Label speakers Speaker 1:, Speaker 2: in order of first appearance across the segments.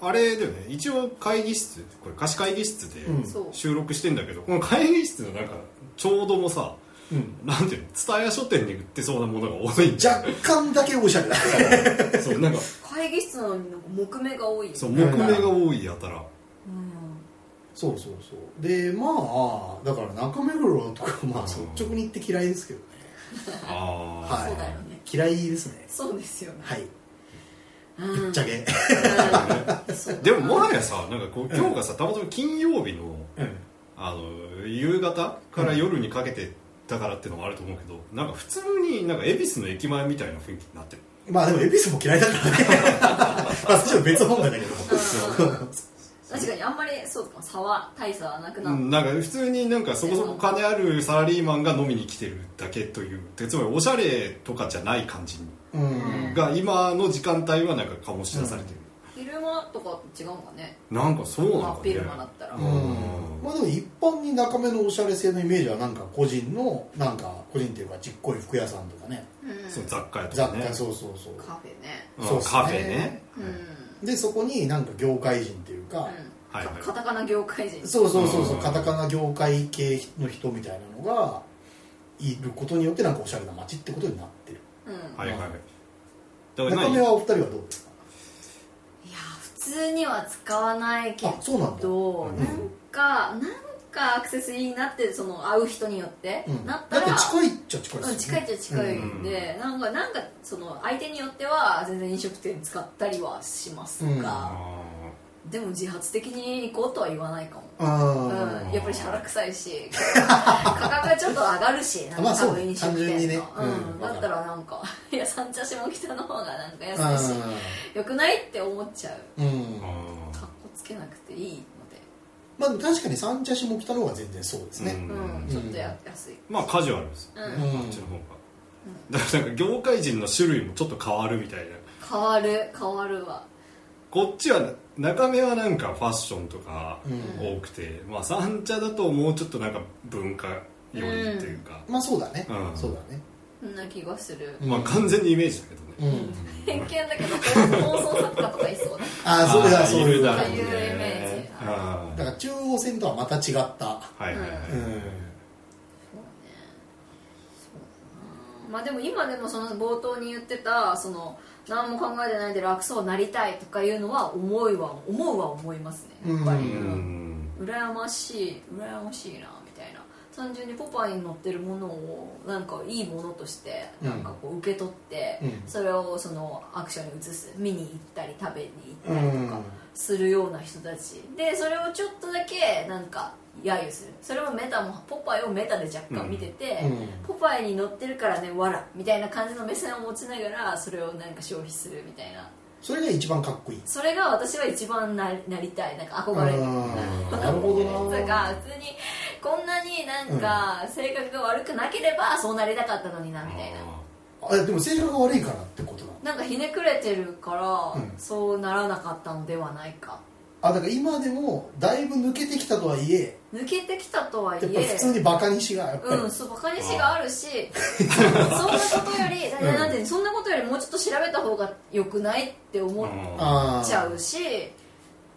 Speaker 1: あれだよね一応会議室これ貸し会議室で
Speaker 2: うん
Speaker 3: そう
Speaker 1: 収録してんだけど、この会議室の中ちょうどもさ
Speaker 2: うん
Speaker 1: なんていうの蔦屋書店に売ってそうなものが多いんじゃ
Speaker 2: 若干だけおしゃれだったから
Speaker 1: ん そうなんか
Speaker 3: 会議室なのになんか木目が多い
Speaker 1: そう木目が多いやたら
Speaker 3: うん
Speaker 2: そうそうそうでまあだから中目黒とかまあ率直に言って嫌いですけどね
Speaker 1: あー
Speaker 2: はい
Speaker 3: そうだよね
Speaker 2: 嫌いですね
Speaker 3: そうですよね
Speaker 2: はい
Speaker 3: ぶ
Speaker 2: ぶっちゃけ
Speaker 1: でももはやさなんかこう今日がさたまたま金曜日の
Speaker 2: うん
Speaker 1: あの夕方から夜にかけてだからってのもあると思うけど、なんか普通になんか恵比寿の駅前みたいな雰囲気になってる
Speaker 2: まあでも恵比寿も嫌いだからね まあそっちは別問題だけど
Speaker 3: 確かにあんまりそうか差は大差はなくな
Speaker 1: う
Speaker 3: っ
Speaker 1: んなんか普通になんかそこそこ金あるサラリーマンが飲みに来てるだけというてつまりおしゃれとかじゃない感じ
Speaker 2: うん
Speaker 1: が今の時間帯はなんか醸し出されてる、
Speaker 3: た昼間とかと違うんかね
Speaker 1: なんかそうなの
Speaker 3: まあ
Speaker 1: かね
Speaker 3: 昼間だったら
Speaker 1: う
Speaker 2: うんまあでも一般に中目のおしゃれ性のイメージはなんか個人のなんか個人っていうかちっこい服屋さんとかね
Speaker 3: うん
Speaker 1: そう雑貨屋と
Speaker 2: 雑
Speaker 1: か
Speaker 2: 貨、
Speaker 1: ね
Speaker 2: そうそうそう
Speaker 3: カフェね
Speaker 1: うん
Speaker 2: そうっすね
Speaker 1: カフェね、
Speaker 3: うん
Speaker 2: でそこになんか業界人っていうか、
Speaker 3: うん
Speaker 1: はいはい
Speaker 3: カタカナ業界人
Speaker 2: そうそうそうそう
Speaker 1: うん
Speaker 2: カタカナ業界系の人みたいなのがいることによってなんかおしゃれな街ってことになってる
Speaker 3: うん
Speaker 1: はいはいはいだから
Speaker 2: 中目
Speaker 1: 何
Speaker 2: はお二人はどうですか
Speaker 3: いや普通には使わないけ
Speaker 2: あそうなんだ
Speaker 3: ど
Speaker 2: うん
Speaker 3: なんかなんかアクセスいいなってその会う人によって
Speaker 2: うん
Speaker 3: な
Speaker 2: だっ
Speaker 3: ったら
Speaker 2: て近いっちゃ近いで
Speaker 3: う
Speaker 2: す
Speaker 3: ん、近
Speaker 2: よね
Speaker 3: いっちゃ近い
Speaker 2: うん
Speaker 3: んで、なんかなんかその相手によっては全然飲食店使ったりはしますが、
Speaker 1: あ
Speaker 3: でも自発的に行こうとは言わないかも、
Speaker 2: あ
Speaker 3: う
Speaker 2: ー
Speaker 3: ん、やっぱりシャラ臭 いし価格がちょっと上がるしなん
Speaker 2: ま
Speaker 3: か
Speaker 2: あそ
Speaker 3: 多
Speaker 2: う
Speaker 3: 分飲食
Speaker 2: 単純に
Speaker 3: 店
Speaker 2: ね
Speaker 3: の、うん
Speaker 2: うん
Speaker 3: だったらなんか いや三茶下北の方がなんか
Speaker 2: あ
Speaker 3: 安いしよくないって思っちゃう
Speaker 2: ーうん
Speaker 1: ーあー
Speaker 3: かっこつけなくていいので
Speaker 2: まあでも確かに三茶下北の方が全然そうですね
Speaker 3: うん、
Speaker 2: ん
Speaker 3: ちょっとや安い、
Speaker 1: まあカジュアルですよ
Speaker 3: うん
Speaker 2: うん
Speaker 1: こっちの方が、だからなんか業界人の種類もちょっと変わるみたいな
Speaker 3: 変わる変わるわ
Speaker 1: こっちは中目はなんかファッションとか
Speaker 2: うん
Speaker 1: 多くて、まあ三茶だともうちょっとなんか文化寄りっていうか、
Speaker 2: まあそうだね
Speaker 1: うん
Speaker 2: そうだね
Speaker 3: そんな気がする、
Speaker 2: うん
Speaker 1: まあ完全にイメージだけどね、
Speaker 2: うん
Speaker 3: 偏見だけど放送作家とかいそうだ
Speaker 2: ああそうだ
Speaker 1: あー
Speaker 2: そういう
Speaker 1: る
Speaker 2: だ
Speaker 1: だ
Speaker 2: か
Speaker 1: ろう
Speaker 3: そういうイメ
Speaker 1: ね
Speaker 3: ージ
Speaker 1: あー
Speaker 2: ら中央線とはまた違った
Speaker 1: はいはいはい、
Speaker 3: まあでも今でもその冒頭に言ってたその何も考えてないで楽そうなりたいとかいうのは思いは思うは思いますねやっぱり、
Speaker 2: う
Speaker 1: うんん
Speaker 3: 羨ましい羨ましいなみたいな単純にポパイに載ってるものをなんかいいものとして
Speaker 2: うん
Speaker 3: なんかこう受け取って、
Speaker 2: うん
Speaker 3: それをそのアクションに移す見に行ったり食べに行
Speaker 2: う
Speaker 3: ったり
Speaker 2: ん
Speaker 3: するような人たちでそれをちょっとだけなんか揶揄するそれもメタもポパイをメタで若干見てて、
Speaker 2: うん
Speaker 3: ポパイに載ってるからねわらみたいな感じの目線を持ちながらそれをなんか消費するみたいな
Speaker 2: それが一番かっこいい
Speaker 3: それが私は一番なりなりたいなんか憧れる
Speaker 2: あーなるほ ど
Speaker 3: な
Speaker 2: な
Speaker 3: んか普通にこんなになんか性格が悪くなければそうなりたかったのになみたいな
Speaker 1: あ
Speaker 2: あでも性格が悪いからってことなの
Speaker 3: なんかひねくれてるから
Speaker 2: うん
Speaker 3: そうならなかったのではないか
Speaker 2: あだから今でもだいぶ抜けてきたとはいえ
Speaker 3: 抜けてきたとはい
Speaker 2: やっぱり普
Speaker 3: え
Speaker 2: 通にバカにしがやっぱり、
Speaker 3: うん、そうバカにしがあるしそんなことよりだ
Speaker 2: うん
Speaker 3: なんてそんなことよりもうちょっと調べた方がよくないって思っ
Speaker 1: ー
Speaker 2: あー
Speaker 3: ちゃうし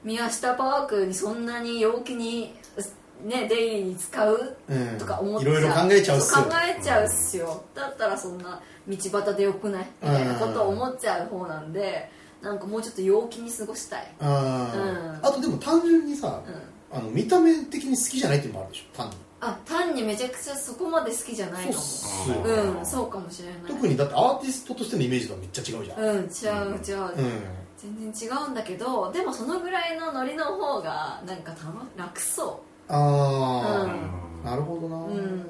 Speaker 3: 宮下パークにそんなに陽気に、ね、出入りに使う
Speaker 2: うん
Speaker 3: とか思っ
Speaker 2: い
Speaker 3: ちゃう
Speaker 2: ろいろ考えちゃうっす
Speaker 3: そ
Speaker 2: よ
Speaker 3: 考えちゃうっすよ、だったらそんな道端でよくないみたいなことを思っちゃう方なんでなんかもうちょっと陽気に過ごしたい
Speaker 2: あ,、
Speaker 3: うん
Speaker 2: あとでも単純にさ、
Speaker 3: うん
Speaker 2: あの見た目的に好きじゃないっていうのもあるでしょ単に
Speaker 3: あ単にめちゃくちゃそこまで好きじゃないかも
Speaker 2: そうっす
Speaker 1: よ
Speaker 3: うんそうかもしれない
Speaker 2: 特にだってアーティストとしてのイメージとはめっちゃ違うじゃん、
Speaker 3: うん違う違う、
Speaker 2: うん
Speaker 3: 全然違うんだけどでもそのぐらいのノリの方がなんか楽楽そ
Speaker 2: ああ、
Speaker 1: うん
Speaker 2: なるほどな、
Speaker 3: ううん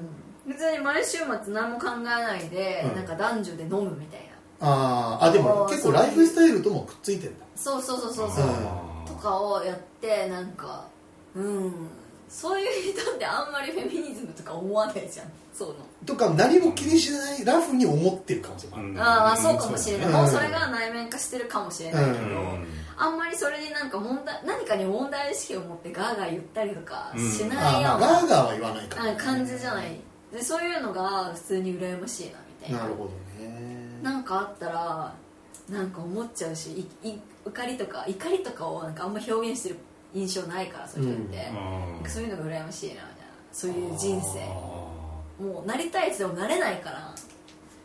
Speaker 3: 別に毎週末何も考えないで、
Speaker 2: うん
Speaker 3: なんか男女で飲むみたいな
Speaker 2: あーあでも
Speaker 3: あー
Speaker 2: 結構ライフスタイルともくっついてんだ
Speaker 3: そうそうそうそうそう、
Speaker 1: あー
Speaker 3: とかをやってなんかうんそういう人ってあんまりフェミニズムとか思わないじゃんそうの、
Speaker 2: とか何も気にしないラフに思ってる可能性もある、
Speaker 1: うん
Speaker 3: ああそうかもしれない、
Speaker 2: うん
Speaker 3: もうそれが内面化してるかもしれないけど、
Speaker 1: う
Speaker 3: あんまりそれになんか問題何かに問題意識を持ってガーガー言ったりとかし
Speaker 2: あ
Speaker 3: ない
Speaker 2: ーまあ
Speaker 3: よう
Speaker 2: ガ
Speaker 3: な、
Speaker 2: ーガーは言わないから、
Speaker 3: うん感じじゃないでそういうのが普通に羨ましいなみたいな
Speaker 2: なるほどね
Speaker 3: なんかあったらなんか思っちゃうしいい怒りとか怒りとかをなんかあんま表現してる印象ないからそういう人って、
Speaker 1: うん
Speaker 3: そういうのが羨ましいなみたいなそういう人生もうなりたいって言ってもなれないから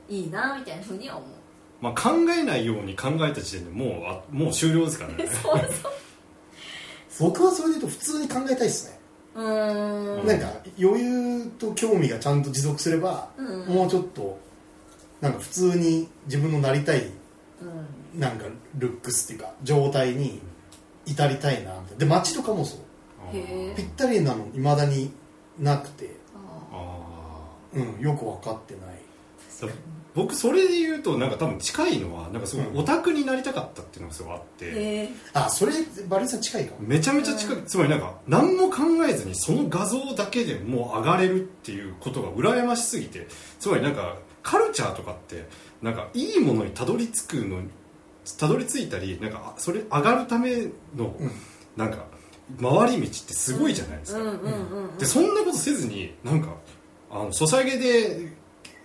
Speaker 3: いいなみたいなふうには思う
Speaker 1: まあ、考えないように考えた時点でもうあもう終了ですからね
Speaker 3: そうそ
Speaker 2: 僕はそれで言うと普通に考えたいっすね、
Speaker 3: ううーん
Speaker 2: なんか余裕と興味がちゃんと持続すれば、
Speaker 3: うん
Speaker 2: もうちょっとなんか普通に自分のなりたい
Speaker 3: うん
Speaker 2: なんかルックスっていうか状態に至りたいなみたいなで街とかもそう
Speaker 1: あー
Speaker 3: へ
Speaker 2: ぴったりなのいまだになくて、
Speaker 3: あ
Speaker 1: あ
Speaker 2: うん、よく分かってない
Speaker 1: ーだ僕それで言うとなんか多分近いのはなんかすごいオタクになりたかったっていうのがすごいあっ
Speaker 3: ー
Speaker 1: て、
Speaker 3: へえ
Speaker 2: あそれバリューさん近いかも
Speaker 1: めちゃめちゃ近く、つまりなんか何も考えずにその画像だけでもう上がれるっていうことが羨ましすぎてつまりなんかカルチャーとかってなんかいいものにたどり着くのにたどり着いたりなんかあそれ上がるための
Speaker 2: うん
Speaker 1: なんか回り道ってすごいじゃないです
Speaker 3: う
Speaker 1: か、
Speaker 3: んうんうんうん
Speaker 1: でそんなことせずになんかあのソシャゲで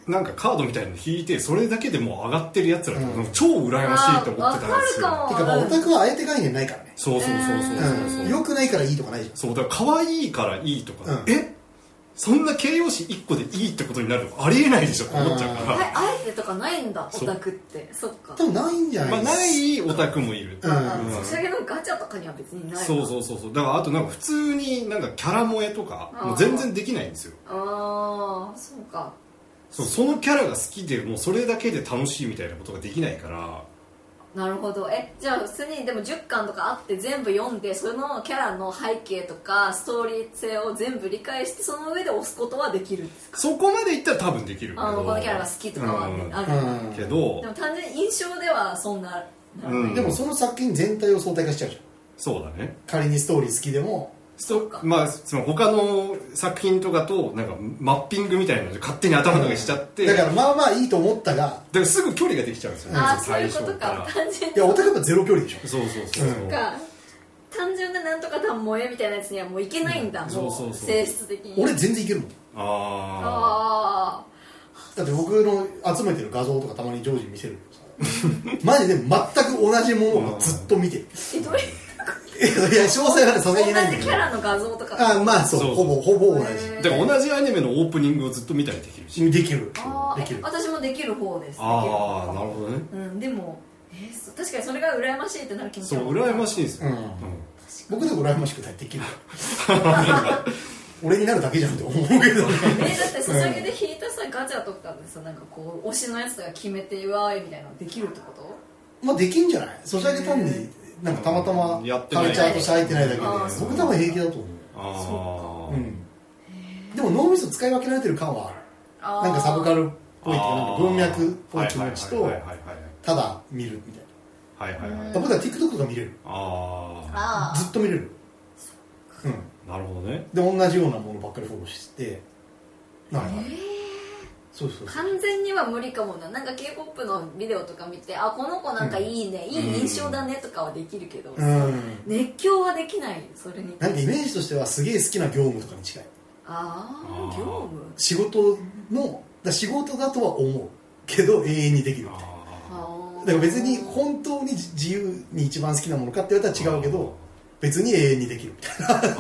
Speaker 1: なんかカードみたいなの引いてそれだけでもう上がってるやつらとか、
Speaker 2: うん
Speaker 1: 超羨ましいと思ってたんですよ
Speaker 3: あーわかるかも
Speaker 2: てかまあオタクはあえて概念ないからね、
Speaker 1: そうそうそうそうそうそう、
Speaker 2: うん、よくないからいいとかないじゃん
Speaker 1: そうだから可愛いからいいとか、
Speaker 2: うん
Speaker 1: えそんな形容詞1個でいいってことになるのありえないでしょって思っちゃうか
Speaker 3: あ
Speaker 1: ら、
Speaker 3: あえてとかないんだオ
Speaker 1: そう
Speaker 3: タクってそっか
Speaker 2: 多分ないんじゃ
Speaker 1: ま
Speaker 2: な
Speaker 1: あ、
Speaker 2: い
Speaker 1: ないオタクもいる、
Speaker 2: うん
Speaker 3: あ
Speaker 1: うん
Speaker 3: ソシャゲのガチャとかには別にない
Speaker 1: そう
Speaker 3: う
Speaker 1: そうそうそうだからあとなんか普通になんかキャラ萌えとか
Speaker 3: あー
Speaker 1: もう全然できないんですよ
Speaker 3: ああそうか
Speaker 1: そうそのキャラが好きでもうそれだけで楽しいみたいなことができないから
Speaker 3: なるほどえじゃあ普通にでも10巻とかあって全部読んでそのキャラの背景とかストーリー性を全部理解してその上で押すことはできるんですか
Speaker 1: そこまでいったら多分できるけど
Speaker 3: あのこのキャラが好きとかはね、
Speaker 1: うん
Speaker 3: ある、
Speaker 2: うん
Speaker 1: けど
Speaker 3: でも単純に印象ではそんなな
Speaker 1: うん
Speaker 2: でもその作品全体を相対化しちゃうじゃん
Speaker 1: そうだね
Speaker 2: 仮にストーリー好きでも
Speaker 1: そ
Speaker 3: っか
Speaker 1: まあその他の作品とかとなんかマッピングみたいなので勝手に頭の中にしちゃって、
Speaker 2: だからまあまあいいと思ったが
Speaker 1: だからすぐ距離ができちゃうんですよね、
Speaker 3: ああそう
Speaker 1: 最
Speaker 3: いう
Speaker 1: 初
Speaker 3: こと
Speaker 1: から
Speaker 3: か単純
Speaker 2: い
Speaker 3: に
Speaker 2: やオタクやっぱゼロ距離でしょ
Speaker 1: そうそうそうそう、
Speaker 2: うん
Speaker 3: か単純ななんとかだ萌えみたいなやつにはもういけないんだ、
Speaker 1: うん
Speaker 3: も
Speaker 1: そうそうそう
Speaker 3: 性質的に
Speaker 2: 俺全然いけるもん
Speaker 1: ああ
Speaker 3: あ
Speaker 2: だって僕の集めてる画像とかたまにジョージ見せるけどさマジで全く同じものをずっと見てる
Speaker 3: ーえどれ
Speaker 2: いや詳細はねさすがに
Speaker 3: 同
Speaker 2: 言
Speaker 3: じ
Speaker 2: えないんだ
Speaker 3: キ
Speaker 2: け
Speaker 3: ャ
Speaker 2: ど
Speaker 3: ラの画像とか
Speaker 2: あまあそう
Speaker 1: そう
Speaker 2: ほぼほぼ同
Speaker 3: へ
Speaker 1: だから同じアニメのオープニングをずっと見たりできるし、
Speaker 2: じできる
Speaker 3: あー
Speaker 2: でき
Speaker 3: え
Speaker 2: る
Speaker 3: 私もできる方です
Speaker 1: ああなる
Speaker 3: ど
Speaker 1: ほどね
Speaker 3: うんでもえーそう確かにそれが羨ましいってなる気持
Speaker 1: そ
Speaker 3: ち
Speaker 1: う羨ま
Speaker 3: しい
Speaker 1: しいんですよ、
Speaker 2: うん僕でも羨ましくないできる俺になるだけじゃんって思うけどね
Speaker 3: えーだって注ぎで引いたさガチャとかでさなんかこう推しのやつが決めてうわーいみたいなのできるってこと
Speaker 2: まあできんじゃないソシャゲ単になんかたまたま
Speaker 1: やってな
Speaker 2: カ
Speaker 1: い
Speaker 2: ルチャーとして入ってないだけで
Speaker 3: あーそう
Speaker 2: 僕多分平気だと思
Speaker 1: ああ、
Speaker 2: う、うん、でも脳みそ使い分けられてる感はある
Speaker 3: あー
Speaker 2: なんかサブカルっぽいっていうかなん
Speaker 1: あ
Speaker 2: か
Speaker 1: ー
Speaker 2: 文脈っぽい気持ちと
Speaker 1: はいはいは
Speaker 2: ただ見るみたい
Speaker 1: いはいはいはいはいはい、
Speaker 3: うん
Speaker 2: な僕は TikTok とか見れる
Speaker 1: あ
Speaker 3: あ
Speaker 2: ずっと見れるう
Speaker 1: あなるほどね
Speaker 2: んで同じようなものばっかりフォローしてなんか
Speaker 3: ー
Speaker 2: そうそうそう
Speaker 3: 完全には無理かもななんか k p o p のビデオとか見てあこの子なんかいいね、いい印象だねとかはできるけど、
Speaker 2: うん
Speaker 3: 熱狂はできないそれに
Speaker 2: なんかイメージとしてはすげえ好きな業務とかに近い
Speaker 3: あ
Speaker 1: あ
Speaker 3: あ
Speaker 1: ー
Speaker 3: 業務
Speaker 2: 仕事のだ仕事だとは思うけど永遠にできる
Speaker 1: あ
Speaker 3: あー
Speaker 2: だから別に本当に自由に一番好きなものかって言われたら違うけど別に永遠にできるみたい
Speaker 3: あ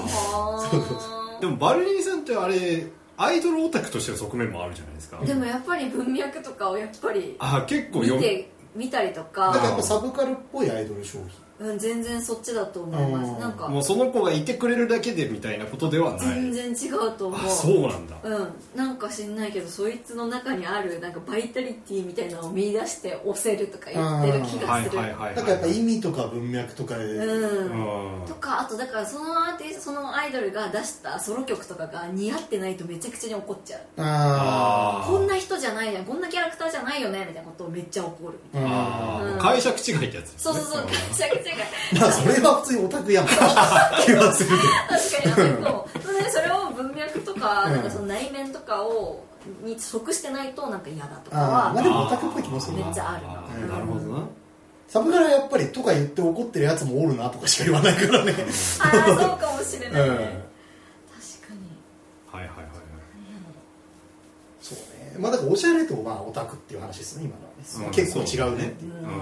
Speaker 2: そうそう
Speaker 1: あ
Speaker 3: ー
Speaker 1: でもバルニーさんってあれアイドルオタクとしての側面もあるじゃないですか
Speaker 3: でもやっぱり文脈とかをやっぱり
Speaker 1: あ結構
Speaker 3: 見
Speaker 1: 読
Speaker 3: て見たりと
Speaker 2: なだから
Speaker 1: あ
Speaker 2: や
Speaker 3: か、
Speaker 2: っぱサブカルっぽいアイドル商品
Speaker 3: うん、全然そっちだと思いますなんか
Speaker 1: もうその子がいてくれるだけでみたいなことではない
Speaker 3: 全然違うと思
Speaker 1: あ
Speaker 3: う
Speaker 1: そうなんだ
Speaker 3: うん、なんか知んないけどそいつの中にあるなんかバイタリティみたいなのを見出して押せるとか言ってる気が
Speaker 1: はい
Speaker 3: す
Speaker 1: はい
Speaker 3: る
Speaker 1: はい
Speaker 2: だからやっぱ意味とか文脈とかで、
Speaker 3: う
Speaker 1: うんん
Speaker 3: とかあとだからそのアーティストそのアイドルが出したソロ曲とかが似合ってないとめちゃくちゃに怒っちゃう
Speaker 2: あ
Speaker 1: あー
Speaker 3: こんな人じゃないじゃんこんなキャラクターじゃないよねみたいなことをめっちゃ怒る
Speaker 2: ー
Speaker 1: あー
Speaker 3: うん
Speaker 1: 解釈違いってやつです
Speaker 3: そう
Speaker 1: ね
Speaker 3: そうそう
Speaker 1: うん
Speaker 3: めちゃくちゃ
Speaker 2: ま あそれは普通にオタクやん気はする
Speaker 3: 確かにそうそれでそれを文脈とか
Speaker 2: うん
Speaker 3: なんかその内面とかをに即してないとなんか嫌だ
Speaker 2: け
Speaker 3: と
Speaker 2: ど
Speaker 3: か
Speaker 2: あーまあ
Speaker 3: は
Speaker 2: でもオタクっぽい気もする
Speaker 3: めっ
Speaker 2: な
Speaker 3: ちゃある
Speaker 1: ーなるほどな
Speaker 2: サブカルはやっぱりとか言って怒ってるやつもおるなとかしか言わないからね
Speaker 3: ああそうかもしれ
Speaker 2: う
Speaker 3: なんい、ね確かに
Speaker 1: はいはいはいはい
Speaker 2: そうねまあだからおしゃれとまあオタクっていう話ですね今のはね、
Speaker 1: うん
Speaker 2: 結構違うねって
Speaker 1: そ
Speaker 2: いうう
Speaker 1: だね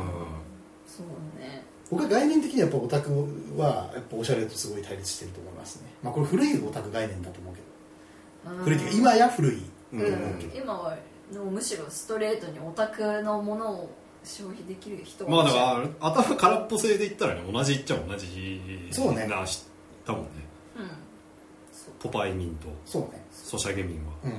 Speaker 3: そうね
Speaker 2: 僕僕は概念的にはやっぱオタクはやっぱおしゃれとすごい対立してると思いますねまあこれ古いオタク概念だと思うけど古いっていうか今や古い
Speaker 1: うん
Speaker 3: う
Speaker 1: うん
Speaker 3: ん今はでもむしろストレートにオタクのものを消費できる人
Speaker 1: まあ
Speaker 3: だ
Speaker 1: だから頭空っぽ性で言ったらね同じっちゃ同じ
Speaker 2: そうね
Speaker 1: なしだもんね
Speaker 3: うん
Speaker 1: ポパイ民と
Speaker 2: そうね
Speaker 1: ソシャゲ民は
Speaker 2: うん
Speaker 3: う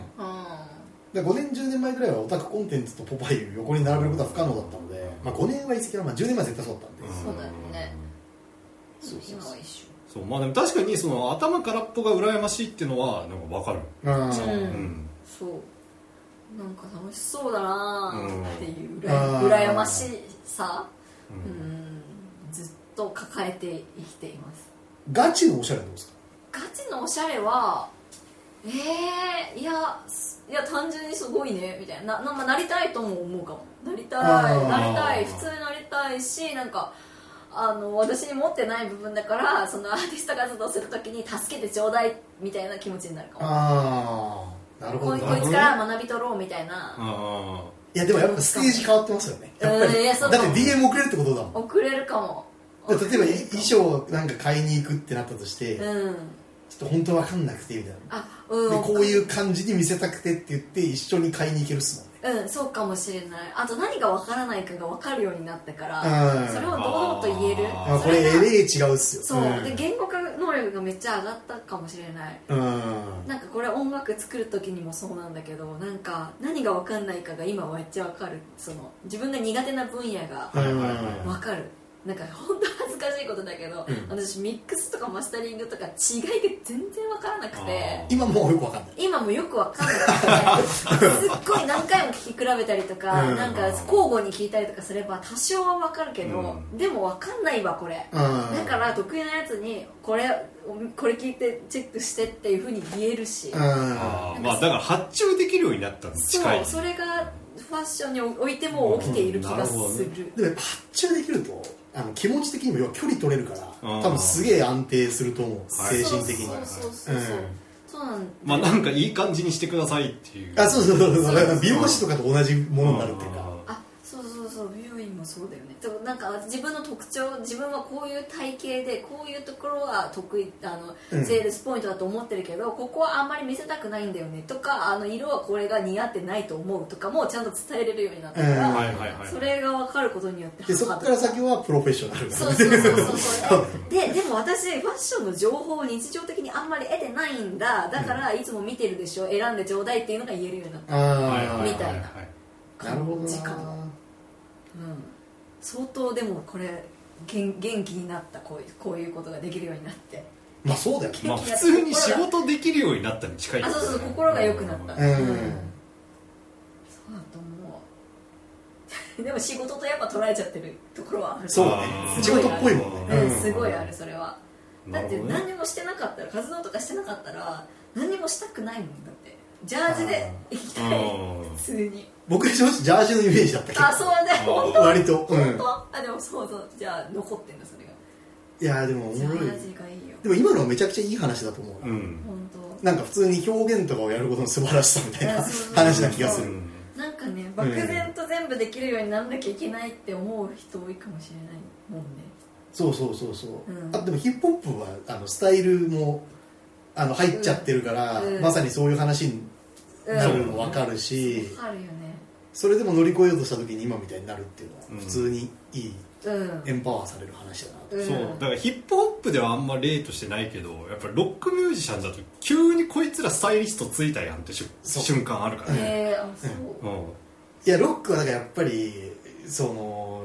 Speaker 2: で5年10年前ぐらいはオタクコンテンツとポパイを横に並べることは不可能だったので、まあ、5年は言い過ぎだな、まあ、10年前は絶対そうだったんで、
Speaker 3: そうだよね
Speaker 2: そうそ
Speaker 3: ん
Speaker 2: う
Speaker 3: 今
Speaker 2: そう
Speaker 3: は一緒
Speaker 1: そうまあでも確かにその頭空っぽが羨ましいっていうのはなんかわかる
Speaker 2: あ
Speaker 3: う
Speaker 1: うん
Speaker 2: ー
Speaker 1: ん
Speaker 3: そうなんか楽しそうだな
Speaker 1: うん
Speaker 3: ーっていうう
Speaker 2: あ
Speaker 3: ら
Speaker 2: ー
Speaker 3: 羨ましさ
Speaker 1: う
Speaker 3: うんんずっと抱えて生きています
Speaker 2: ガチのおしゃれはどうですか
Speaker 3: ガチのおしゃれはえー、いやすいや単純にすごいねみたいななな,、まあ、なりたいとも思うかもなりたい
Speaker 2: あー
Speaker 3: なりたい普通になりたいしなんかあの私に持ってない部分だからそのアーティスト活動するときに助けてちょうだいみたいな気持ちになるかも
Speaker 2: ああなるほ
Speaker 3: こ
Speaker 2: ど
Speaker 3: い
Speaker 2: な
Speaker 3: こ
Speaker 2: る
Speaker 3: い
Speaker 2: ほ
Speaker 3: つ
Speaker 2: ど
Speaker 3: から学び取ろうみたいな
Speaker 1: あ
Speaker 2: いやでもやっぱステージ変わってますよねやっぱ
Speaker 3: うん
Speaker 2: り
Speaker 3: いや
Speaker 2: だ
Speaker 3: そう
Speaker 2: っ
Speaker 3: か
Speaker 2: て DM 送れるってことだもんだ
Speaker 3: 遅れるかも
Speaker 2: から例えばい衣装をなんか買いに行くってなったとして、ちょっ
Speaker 3: うん
Speaker 2: と本当わかんなくてみたいな
Speaker 3: あうん
Speaker 2: でこういう感じに見せたくてって言って一緒に買いに行けるっすもんね
Speaker 3: うんそうかもしれないあと何がわからないかがわかるようになったから
Speaker 2: うん
Speaker 3: それを堂々と言える
Speaker 1: あ
Speaker 2: あこ
Speaker 3: それ
Speaker 2: れ
Speaker 3: が
Speaker 2: えれ違うっすよ
Speaker 3: そう、
Speaker 2: うん
Speaker 3: で言語化能力がめっちゃ上がったかもしれない
Speaker 2: うん
Speaker 3: なんかこれ音楽作る時にもそうなんだけどなんか何がわかんないかが今めっちゃわかるその自分が苦手な分野が
Speaker 1: はいはいはい
Speaker 3: わかるなんか本当恥ずかしいことだけど、
Speaker 2: うん
Speaker 3: 私ミックスとかマスタリングとか違いが全然わからなくて
Speaker 1: あー
Speaker 2: 今もうよくわかんない
Speaker 3: 今もよくわかんなくてすっごい何回も聞き比べたりとか、
Speaker 2: うん
Speaker 3: なんか交互に聞いたりとかすれば多少はわかるけど、
Speaker 1: う
Speaker 3: でもわかんないわこれ、だ
Speaker 2: だ
Speaker 3: から得意なやつにこれこれ聞いてチェックしてっていうふうに言えるし、
Speaker 1: あー
Speaker 3: なんか
Speaker 1: まあだから発注できるようになったの近い
Speaker 3: そうそれがファッションにおいても起きている気がす
Speaker 1: うんなるほ
Speaker 3: る
Speaker 1: ど、
Speaker 2: でもやっぱ発注できるとあの気持ち的にも要は距離取れるから
Speaker 1: うん
Speaker 2: 多分すげえ安定すると思う
Speaker 1: はい
Speaker 2: 精神的に
Speaker 3: そうそうそうそう、
Speaker 2: うん
Speaker 3: そうなんだ
Speaker 1: まあなんかいい感じにしてくださいっていう
Speaker 2: あそうそうそう
Speaker 3: そ
Speaker 2: そううだから美容師とかと同じものになるっていうか
Speaker 1: あ
Speaker 3: あそうそうそう美容院もそうだよねでもなんか自分の特徴自分はこういう体型でこういうところは得意あ
Speaker 2: う
Speaker 3: の
Speaker 2: ん
Speaker 3: セールスポイントだと思ってるけど、ここはあんまり見せたくないんだよねとかあの色はこれが似合ってないと思うとかもちゃんと伝えれるようになったか
Speaker 1: ー
Speaker 3: ら、
Speaker 1: はいはいはい
Speaker 3: それが分かることによって
Speaker 2: でそこから先はプロフェッショナル
Speaker 3: そう
Speaker 2: な
Speaker 3: そうそうそう そうででも私ファッションの情報を日常的にあんまり得てないんだだからいつも見てるでしょ選んでちょうだいっていうのが言えるようになった
Speaker 1: はいは
Speaker 2: あ
Speaker 1: は
Speaker 3: みたいな
Speaker 2: あなるほど
Speaker 3: 感じかな
Speaker 2: な
Speaker 3: うん、相当でもこれ元元気になったこういうこういうことができるようになって
Speaker 2: まあそうだよね
Speaker 1: まあ普通に仕事できるようになったに近い
Speaker 3: あそうそう心が良くなった、
Speaker 1: うん
Speaker 2: うん
Speaker 3: そうだと思う でも仕事とやっぱ捉えちゃってるところはある
Speaker 2: そうだね
Speaker 1: あ
Speaker 3: ー
Speaker 2: 仕事っぽいもんね
Speaker 3: うん
Speaker 2: うん
Speaker 3: すごいあるそれはだっ
Speaker 1: な
Speaker 3: て
Speaker 1: るほどね
Speaker 3: 何にもしてなかったら活動とかしてなかったら何にもしたくないもんだってジャージで行きたい普通に
Speaker 2: 僕正直ジャージのイメージだったけど
Speaker 3: あそうだね本当
Speaker 2: 割とう
Speaker 3: 本
Speaker 2: ん
Speaker 3: 当あでもそうそうじゃあ残ってんだそれが
Speaker 2: いやーでもお
Speaker 3: ジャ
Speaker 2: もろい
Speaker 3: ージがいいよ
Speaker 2: でも今のはめちゃくちゃいい話だと思う
Speaker 1: う
Speaker 2: なん
Speaker 3: 本当
Speaker 2: なんか普通に表現とかをやることの素晴らしさみたい
Speaker 3: いや
Speaker 2: な
Speaker 3: そうそうそう
Speaker 2: 話な気がす
Speaker 1: う
Speaker 2: る
Speaker 1: ん
Speaker 3: なんかね漠然と全部できるようにならなきゃいけないって思う人多いかもしれないもんね
Speaker 2: そうそうそうそう
Speaker 3: うん
Speaker 2: あでもヒップホップはあのスタイルもあの入っちゃってるから
Speaker 3: うん
Speaker 2: まさにそういう話に
Speaker 3: うん
Speaker 2: なるの分かるし
Speaker 3: あるよね
Speaker 2: それでも乗り越えようとした時に今みたいになるっていうのは
Speaker 1: うん
Speaker 2: 普通にいい
Speaker 3: うん
Speaker 2: エンパワーされる話だなと
Speaker 3: うん
Speaker 1: そうだからヒップホップではあんま例としてないけどやっぱりロックミュージシャンだと急にこいつらスタイリストついたやんってしゅ
Speaker 2: そう
Speaker 1: 瞬間あるからね、
Speaker 3: えー、あそう、
Speaker 1: うん
Speaker 2: いやロックはだからやっぱりその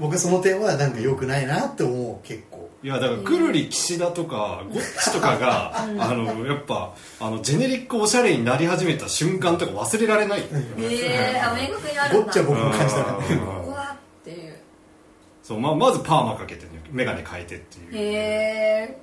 Speaker 2: 僕はその点はなんか良くないなって思う結 構
Speaker 1: いやだからくるり岸田とかゴッチとかが、
Speaker 3: うん
Speaker 1: あのやっぱあのジェネリックおしゃれになり始めた瞬間とか忘れられない、
Speaker 3: えー、あ明確にある
Speaker 2: ご
Speaker 3: ん
Speaker 2: っ
Speaker 3: だ
Speaker 2: ちゃ
Speaker 3: こ
Speaker 2: 僕も感じた
Speaker 1: う
Speaker 2: ね
Speaker 1: ん
Speaker 3: こだっていう
Speaker 1: そうまあ、まずパーマかけてね眼鏡変えてっていう、
Speaker 3: へえ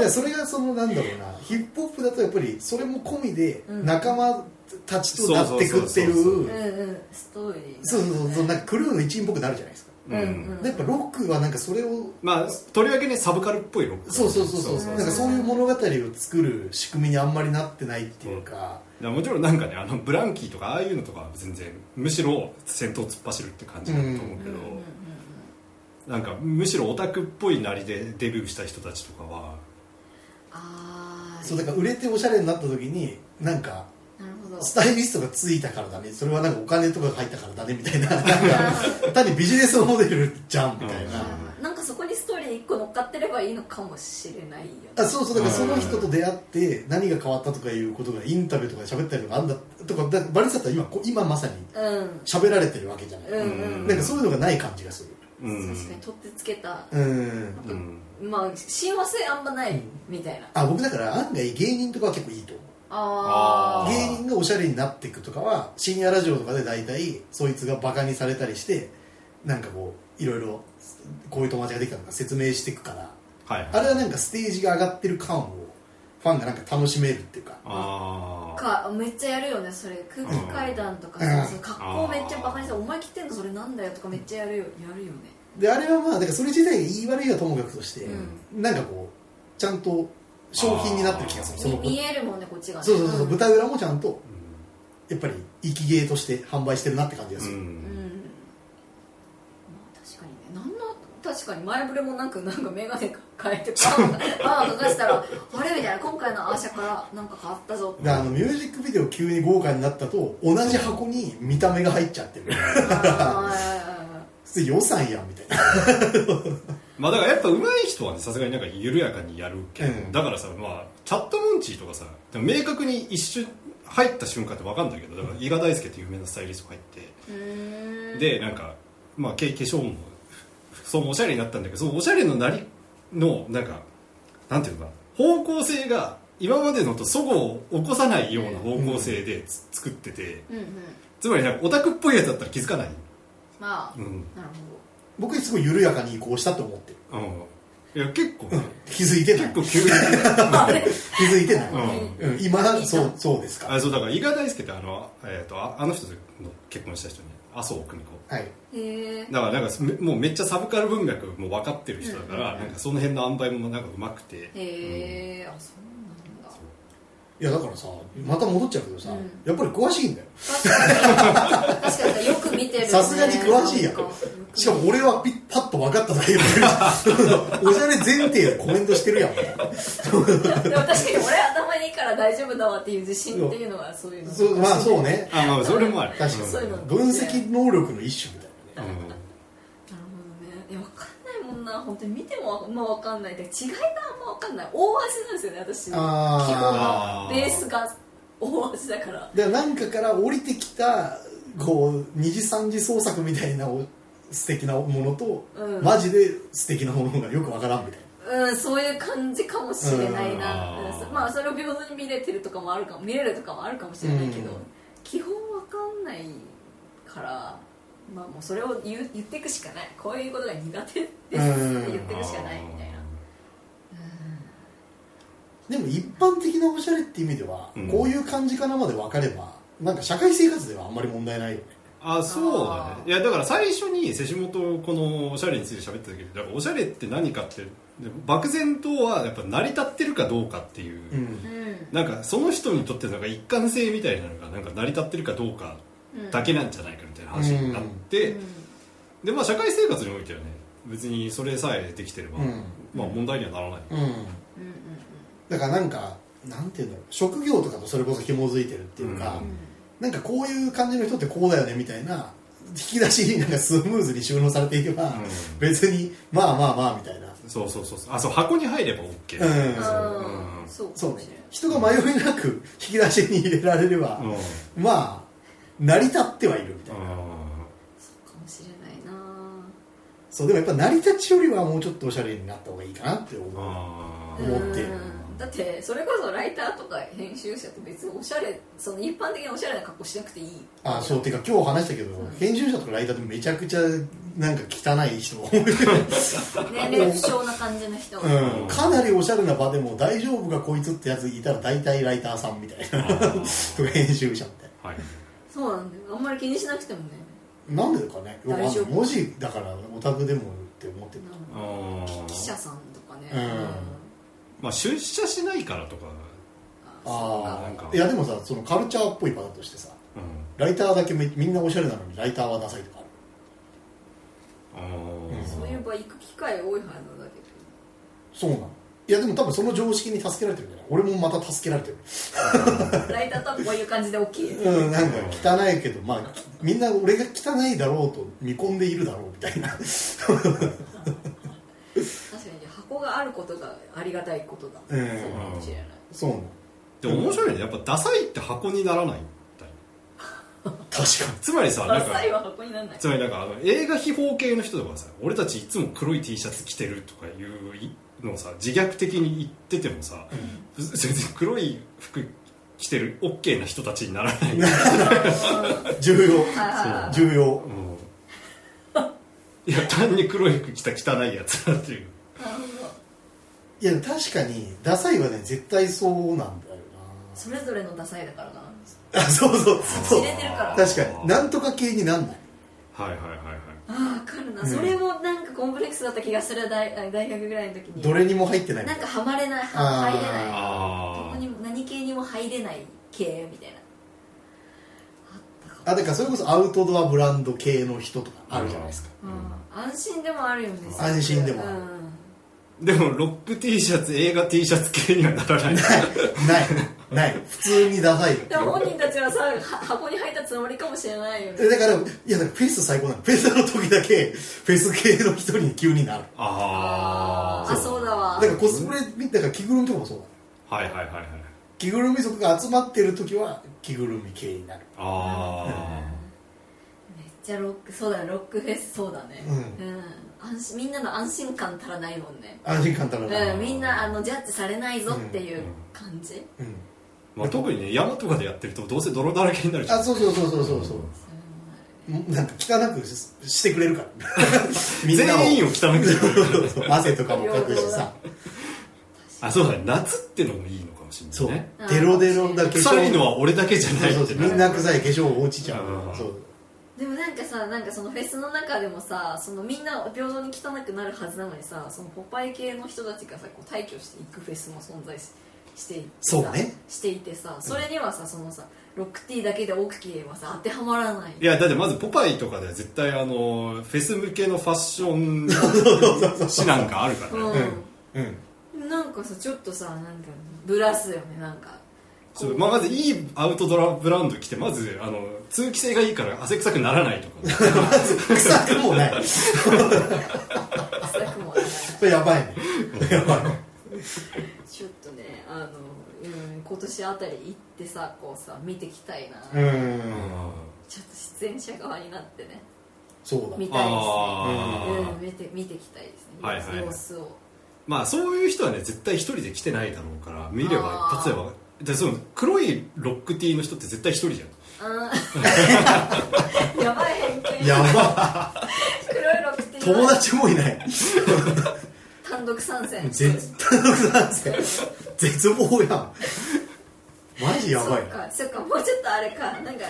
Speaker 2: でそれがそのなんだろうなヒップホップだとやっぱりそれも込みで
Speaker 3: うん
Speaker 2: 仲間たちとなってくってい
Speaker 1: そうそうそう
Speaker 2: う
Speaker 3: ー、うんうんストーリー
Speaker 2: そうそうそうそうなんかクルーの一員っぽくなるじゃないですか
Speaker 3: うんうん
Speaker 2: でやっぱロックはなんかそれを
Speaker 1: まあとりわけねサブカルっぽいロック
Speaker 2: そうそうそうそうなんかそういう物語を作る仕組みにあんまりなってないっていうか、
Speaker 1: だからもちろんなんかねあのブランキーとかああいうのとかは全然むしろ先頭突っ走るって感じだと思うけど、
Speaker 3: うんうんうんうん
Speaker 1: なんかむしろオタクっぽいなりでデビューした人たちとかは
Speaker 3: ああ
Speaker 2: そうだから売れておしゃれになった時になんか
Speaker 3: なるほど
Speaker 2: スタイリストがついたからだねそれはなんかお金とかが入ったからだねみたいな なんか単にビジネスモデルじゃんみたいな、
Speaker 1: うん
Speaker 3: なんかそこにストーリー1個乗っかってればいいのかもしれないよね
Speaker 2: あそうそうだからその人と出会って何が変わったとかいうことがインタビューとかで喋ったりとかあんだとかだバレンだったら今こう今まさに
Speaker 3: うん
Speaker 2: 喋られてるわけじゃない、
Speaker 3: うんうん
Speaker 2: なんかそういうのがない感じがする
Speaker 1: うん
Speaker 3: 確かに取ってつけた、
Speaker 2: うん
Speaker 1: うん
Speaker 3: まあ親和性あんまないみたいな
Speaker 2: あ僕だから案外芸人とかは結構いいと思う
Speaker 3: あ
Speaker 1: あ
Speaker 3: あ
Speaker 1: ー
Speaker 2: 芸人がおしゃれになっていくとかは深夜ラジオとかで大体そいつがバカにされたりしてなんかこういろいろこういう友達ができたとか説明していくから
Speaker 1: はいはい
Speaker 2: あれはなんかステージが上がってる感をファンがなんか楽しめるっていうか
Speaker 1: あー
Speaker 3: かめっちゃやるよねそれ空気階段とか
Speaker 2: うん
Speaker 3: さその格好めっちゃバカにして「お前着てんのそれなんだよ」とかめっちゃやるよやるよね
Speaker 2: であれはまあだからそれ自体が言い悪いはともかくとして、
Speaker 3: う
Speaker 2: なんかこうちゃんと商品になってる気がするその
Speaker 3: み見えるもんねこっちがね
Speaker 2: そうそうそう、
Speaker 3: ん
Speaker 2: 舞台裏もちゃんとやっぱり生き芸として販売してるなって感じが
Speaker 1: う
Speaker 2: する、
Speaker 3: うんんまあ確かにねなんの確かに前触れもなんかなんか眼鏡変えてパンとかし たら「あれ?」みたいな今回のアーシャからなんか変わったぞって
Speaker 2: であのミュージックビデオ急に豪華になったと同じ箱に見た目が入っちゃってる
Speaker 3: あ
Speaker 2: 普通予算やんみたいな
Speaker 1: まあだからやっぱ上手い人はねさすがになんか緩やかにやるけど、
Speaker 2: うん
Speaker 1: だからさまあチャットモンチーとかさでも明確に一瞬入った瞬間って分かんないけどだから伊賀大輔っていう有名なスタイリストが入って、
Speaker 3: ーうーん
Speaker 1: でなんか、まあ、け化粧もそうおしゃれになったんだけどそのおしゃれのなりのなんかなんていうのかな方向性が今までのとそごを起こさないような方向性でつ、作ってて
Speaker 3: うんうん
Speaker 1: つまりなんかオタクっぽいやつだったら気づかない、
Speaker 3: まあ
Speaker 1: うんうん
Speaker 3: なるほ
Speaker 2: 僕すごい緩やかに移行したと思ってる
Speaker 1: いや結構ね
Speaker 2: 気づいてな
Speaker 1: 結
Speaker 2: い
Speaker 1: 構急に、
Speaker 3: どあれ
Speaker 2: 気づいてない、
Speaker 1: う
Speaker 2: うん
Speaker 1: ん、
Speaker 2: 今そうそうですか
Speaker 1: あそうだから伊賀大輔ってあの,、えー、とああの人と結婚した人ね麻生久美子
Speaker 2: はい
Speaker 3: へえ
Speaker 1: だからなんかめもうめっちゃサブカル文脈も分かってる人だから、
Speaker 2: うんうんうん
Speaker 1: なんかその辺の塩梅もなんかうまくて
Speaker 3: へえあそうなんだ
Speaker 2: いやだからさまた戻っちゃうけどさ、
Speaker 3: うん
Speaker 2: やっぱり詳しいんだよ
Speaker 3: 確かに確かによく見てるね
Speaker 2: さすがに詳しいやん
Speaker 3: なんか
Speaker 2: しかも俺はピッパッと分かっただけでおしゃれ前提でコメントしてるやん
Speaker 3: でも確かに俺頭いいから大丈夫だわっていう自信っていうのはそういうの
Speaker 2: そうまあそうね
Speaker 1: あまあそれもある
Speaker 2: 確かに
Speaker 3: そういうの
Speaker 2: 分析能力の一種みたいなね
Speaker 1: うん
Speaker 3: なるほどねいや分かんないもんな本当に見てもあんま分かんないで違いがあんま分かんない大味なんですよね私
Speaker 2: あ
Speaker 1: ー
Speaker 3: 基本はベースが大味だから
Speaker 2: でなんかから降りてきたこう二次三次創作みたいなお素敵なものと、
Speaker 3: うん
Speaker 2: マジで素敵なものがよく分からんみたい
Speaker 3: うんそういう感じかもしれないな
Speaker 1: うん
Speaker 3: うんまあそれを平等に見れてるとかもあるかも見れるとかもあるかもしれないけど、
Speaker 2: うん
Speaker 3: 基本分かんないからまあもうそれを言う言っていくしかないこういうことが苦手ですって言っていくしかないみたいな
Speaker 2: なでも一般的なおしゃれって意味では、
Speaker 1: うん
Speaker 2: こういう感じかなまで分かればなんか社会生活ではあんまり問題ないよね
Speaker 1: あそうだねいやだから最初に瀬下とこのおしゃれについて喋ってたけどだからおしゃれって何かってで漠然とはやっぱ成り立ってるかどうかっていう、
Speaker 2: うん
Speaker 3: う
Speaker 1: なんかその人にとってなんか一貫性みたいなのがなんか成り立ってるかどうか
Speaker 3: ん
Speaker 1: だけなんじゃないかみたいな話になって、でまあ社会生活においてはね別にそれさえできてれば、
Speaker 2: うん
Speaker 1: まあ問題にはならない、
Speaker 2: うん
Speaker 3: うんうん
Speaker 2: だからなんかなんていうんだろう職業とかとそれこそ紐づいてるっていう
Speaker 1: う
Speaker 2: か、
Speaker 3: うんうん
Speaker 2: なんかこういう感じの人ってこうだよねみたいな引き出しになんかスムーズに収納されていけば、
Speaker 1: うん
Speaker 2: 別にまあまあまあみたいな
Speaker 1: そうそうそうそうあそう箱に入れば OK、
Speaker 2: うん
Speaker 3: あー
Speaker 1: うん
Speaker 3: そうか
Speaker 2: そう
Speaker 3: も
Speaker 2: ね
Speaker 3: しれない
Speaker 2: 人が迷いなく引き出しに入れられれば、
Speaker 1: うん
Speaker 2: まあ成り立ってはいるみたいな、
Speaker 3: そうかもしれないな
Speaker 2: そうでもやっぱ成り立ちよりはもうちょっとおしゃれになった方がいいかなって思う、
Speaker 1: あ
Speaker 2: 思ってる
Speaker 3: うんだってそれこそライターとか編集者って別におしゃれその一般的なおしゃれな格好しなくていい
Speaker 2: あそうてか今日話したけど、編集者とかライターってめちゃくちゃなんか汚い人 多い
Speaker 3: 年齢不詳な感じの人が、
Speaker 2: うんかなりおしゃれな場でも大丈夫かこいつってやついたら大体ライターさんみたいな
Speaker 1: あ
Speaker 2: とか編集者みた
Speaker 1: は
Speaker 2: い
Speaker 1: い
Speaker 3: そうなんだよあんまり気にしなくてもね
Speaker 2: ななんでかねよくわかんない
Speaker 3: 大丈夫
Speaker 2: 文字だからオタクでもって思ってる
Speaker 3: なん
Speaker 1: あ
Speaker 3: か
Speaker 1: ー
Speaker 3: 記者さんとかね、
Speaker 2: うん
Speaker 1: まあ出社しないからとか、
Speaker 2: あ
Speaker 1: なんか
Speaker 2: あいやでもさそのカルチャーっぽい場だとしてさ
Speaker 1: うん
Speaker 2: ライターだけめみんなおしゃれなのにライターはダサいとかある
Speaker 1: あー
Speaker 2: うん
Speaker 3: そうかそういうぱ行く機会多いはずだけど
Speaker 2: そうなのいやでも多分その常識に助けられてるんじゃない俺もまた助けられてる
Speaker 3: ライターとはこういう感じで大きい
Speaker 2: うんなんか汚いけどまあみんな俺が汚いだろうと見込んでいるだろうみたいな
Speaker 3: 確かに箱があることがありがたいことだ、
Speaker 2: うん
Speaker 3: そうかもしれない
Speaker 2: そうなの
Speaker 1: で面白いねやっぱダサいって箱にならないみたいな
Speaker 2: 確かに
Speaker 1: つまりさなん
Speaker 3: ダ
Speaker 1: か
Speaker 3: サいは箱にならない
Speaker 1: つまりなんかあの映画秘宝系の人とかさ俺たちいつも黒い T シャツ着てるとかいうのをさ自虐的に言っててもさ全然黒い服着てる OK な人たちにならない、
Speaker 2: 重要
Speaker 3: はいはい
Speaker 2: 重要
Speaker 1: うんいや単に黒い服着た汚いやつだっていう
Speaker 3: なるほど
Speaker 2: いや確かにダサいはね絶対そうなんだよ
Speaker 3: それぞれのダサいだからな
Speaker 2: なあそうそうそう
Speaker 3: 知れてるから
Speaker 2: 確かになんとか系になんない
Speaker 1: はいはいはいはい
Speaker 3: ああ分かるな、
Speaker 2: うん
Speaker 3: それもなんかコンプレックスだった気がする大大学ぐらいの時に
Speaker 2: どれにも入ってないみ
Speaker 3: な
Speaker 2: た
Speaker 3: ん
Speaker 2: い
Speaker 3: かはまれない
Speaker 2: あー
Speaker 3: は入れないど
Speaker 1: あ
Speaker 3: こにも何系にも入れない系みたいなあったかも
Speaker 2: あだからそれこそアウトドアブランド系の人とかあるじゃないですか、
Speaker 3: うん安心でもあるよね
Speaker 2: 安心でもある
Speaker 3: うん
Speaker 1: あでもロック T シャツ映画 T シャツ系にはならない
Speaker 2: ないない普通にダサいよ
Speaker 3: でも本人たちはさは箱に入ったつもりかもしれないよね
Speaker 2: えだからいやだからフェス最高なのフェスの時だけフェス系の人に急になる
Speaker 1: あー
Speaker 3: あそうだわ
Speaker 2: だからコスプレみだから着ぐるみとかもそうだ
Speaker 1: はいはいはいはい
Speaker 2: 着ぐるみ族が集まってる時は着ぐるみ系になる
Speaker 1: あ
Speaker 3: めっちゃロックそうだねロックフェスそうだね
Speaker 2: う
Speaker 3: うん、安心みんなの安心感足らないもんね
Speaker 2: 安心感たるな
Speaker 3: うんみんなあのジャッジされないぞっていう感じ、
Speaker 2: うん
Speaker 1: ー、まあ、特にね山とかでやってるとどうせ泥だらけになるじゃん
Speaker 2: あそうそうそうそうそうそう
Speaker 3: そういうのもある
Speaker 2: んなんか汚くししてくれ るからみんなを
Speaker 1: 全員を汚くする
Speaker 2: そうそう汗とかもかくしてさ
Speaker 1: あそうだね夏ってのもいいのかもしれ
Speaker 2: そう
Speaker 1: ないね
Speaker 2: デロデロだけ
Speaker 1: 臭いのは俺だけじゃない
Speaker 2: そう
Speaker 1: っ
Speaker 2: そ
Speaker 1: て
Speaker 2: う
Speaker 1: な
Speaker 2: みんな臭い化粧落ちちゃ
Speaker 1: う
Speaker 2: うんそう
Speaker 3: でもなんかさなんかそのフェスの中でもさそのみんな平等に汚くなるはずなのにさそのポパイ系の人たちがさこう退去していくフェスも存在ししていてさ
Speaker 2: そうね
Speaker 3: していてさそれにはさそのさロックティーだけで OK はさ当てはまらない
Speaker 1: いやだってまずポパイとかでは絶対あのフェス向けのファッション 誌なんかあるからね
Speaker 3: う
Speaker 2: うん
Speaker 3: ん、なんかさちょっとさなんかブラすよねなんか
Speaker 1: そうまあ、まずいいアウトドアブランド着てまずあの通気性がいいから汗臭くならないとか
Speaker 2: 臭くもない
Speaker 3: 臭くもない
Speaker 2: それやばいねやばい
Speaker 3: ちょっとねあの、うん、今年あたり行ってさこうさ見てきたいな、
Speaker 2: う
Speaker 3: ちょっ
Speaker 1: うんん
Speaker 3: と出演者側になってね
Speaker 2: そうだ
Speaker 3: 見たいですね
Speaker 1: あー
Speaker 3: うん、見て見てきたいですね、
Speaker 1: はいはい
Speaker 3: 様子を
Speaker 1: まあそういう人はね絶対一人で来てないだろうから見れば
Speaker 3: あー
Speaker 1: 一発でわかるでその黒いロックティーの人って絶対一人じゃん
Speaker 3: あ ーやばい偏見
Speaker 2: やば
Speaker 3: 黒いロックティー
Speaker 2: 友達もいない
Speaker 3: 単独参戦
Speaker 2: 絶対独なんですか絶望やんマジやばい
Speaker 3: そっ
Speaker 2: な
Speaker 3: かそっかもうちょっとあれかなんか、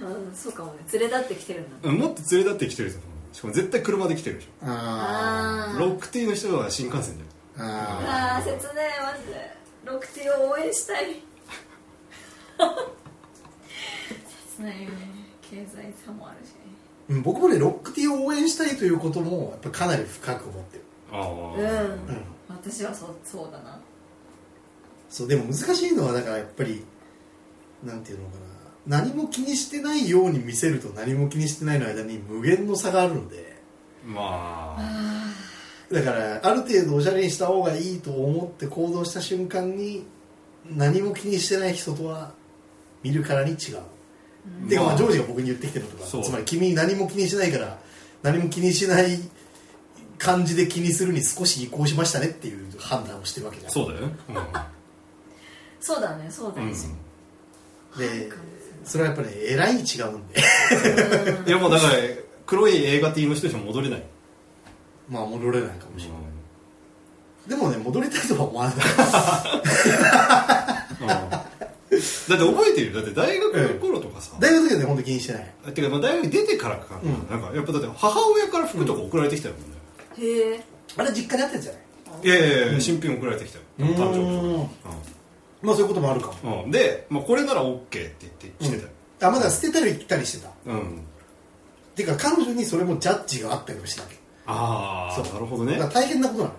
Speaker 3: うん、そうかもね連れ立ってきてるんだ
Speaker 1: うんもっと連れ立ってきてるじゃんしかも絶対車で来てるでし
Speaker 2: あ
Speaker 1: ょ
Speaker 3: あ
Speaker 1: ロックティーの人は新幹線じゃん
Speaker 2: ーあ
Speaker 3: あー切ねえマジでロクティを応援したい切ないよね経済差もあるし
Speaker 2: ーうん僕もねロックティーを応援したいということもやっぱかなり深く思ってる
Speaker 1: あ
Speaker 3: う
Speaker 1: あ
Speaker 3: ん、
Speaker 2: うん
Speaker 3: 私はそうそうだな
Speaker 2: そうでも難しいのはだからやっぱりなんていうのかな何も気にしてないように見せると何も気にしてないの間に無限の差があるので
Speaker 1: まあ
Speaker 2: だからある程度おしゃれにした方がいいと思って行動した瞬間に何も気にしてない人とは見るからに違う、
Speaker 1: うん
Speaker 2: てかま
Speaker 1: ま
Speaker 2: あ
Speaker 1: あ
Speaker 2: ジョージが僕に言ってきてるのとか
Speaker 1: そう
Speaker 2: つまり君何も気にしないから何も気にしない感じで気にするに少し移行しましたねっていう判断をしてるわけじゃん
Speaker 1: そうだよね、
Speaker 3: そうだねそうだ
Speaker 1: うん
Speaker 3: ね、
Speaker 2: でそれはやっぱり、ね、えらい違うんで
Speaker 1: うん、いやもうだから黒い映画ティーの人にも戻れない、
Speaker 2: まあ戻れないかもしれない、でもね戻りたいとは思わない
Speaker 1: うんだって覚えてるよだって大学の頃とかさ、
Speaker 2: 大学の時はね本当に気にしてない
Speaker 1: てかまあ大学出てからかな,、
Speaker 2: うん
Speaker 1: なんかやっぱだって母親から服とか送られてきたよもんね、
Speaker 3: へえ
Speaker 2: あれ実家にあったんじゃない
Speaker 1: いやいやいや新品送られてきたよ
Speaker 2: うん
Speaker 1: 誕生日
Speaker 2: まあそういうこともあるかも
Speaker 1: とか、うんうん、で、まあ、これなら OK って言って来てたよ、
Speaker 2: あまだ捨てたり行ったりしてた
Speaker 1: うん
Speaker 2: てか彼女にそれもジャッジがあったりもしたわけ
Speaker 1: ああ
Speaker 2: そう
Speaker 1: なるほど
Speaker 2: だ
Speaker 1: ね
Speaker 2: から大変なことなの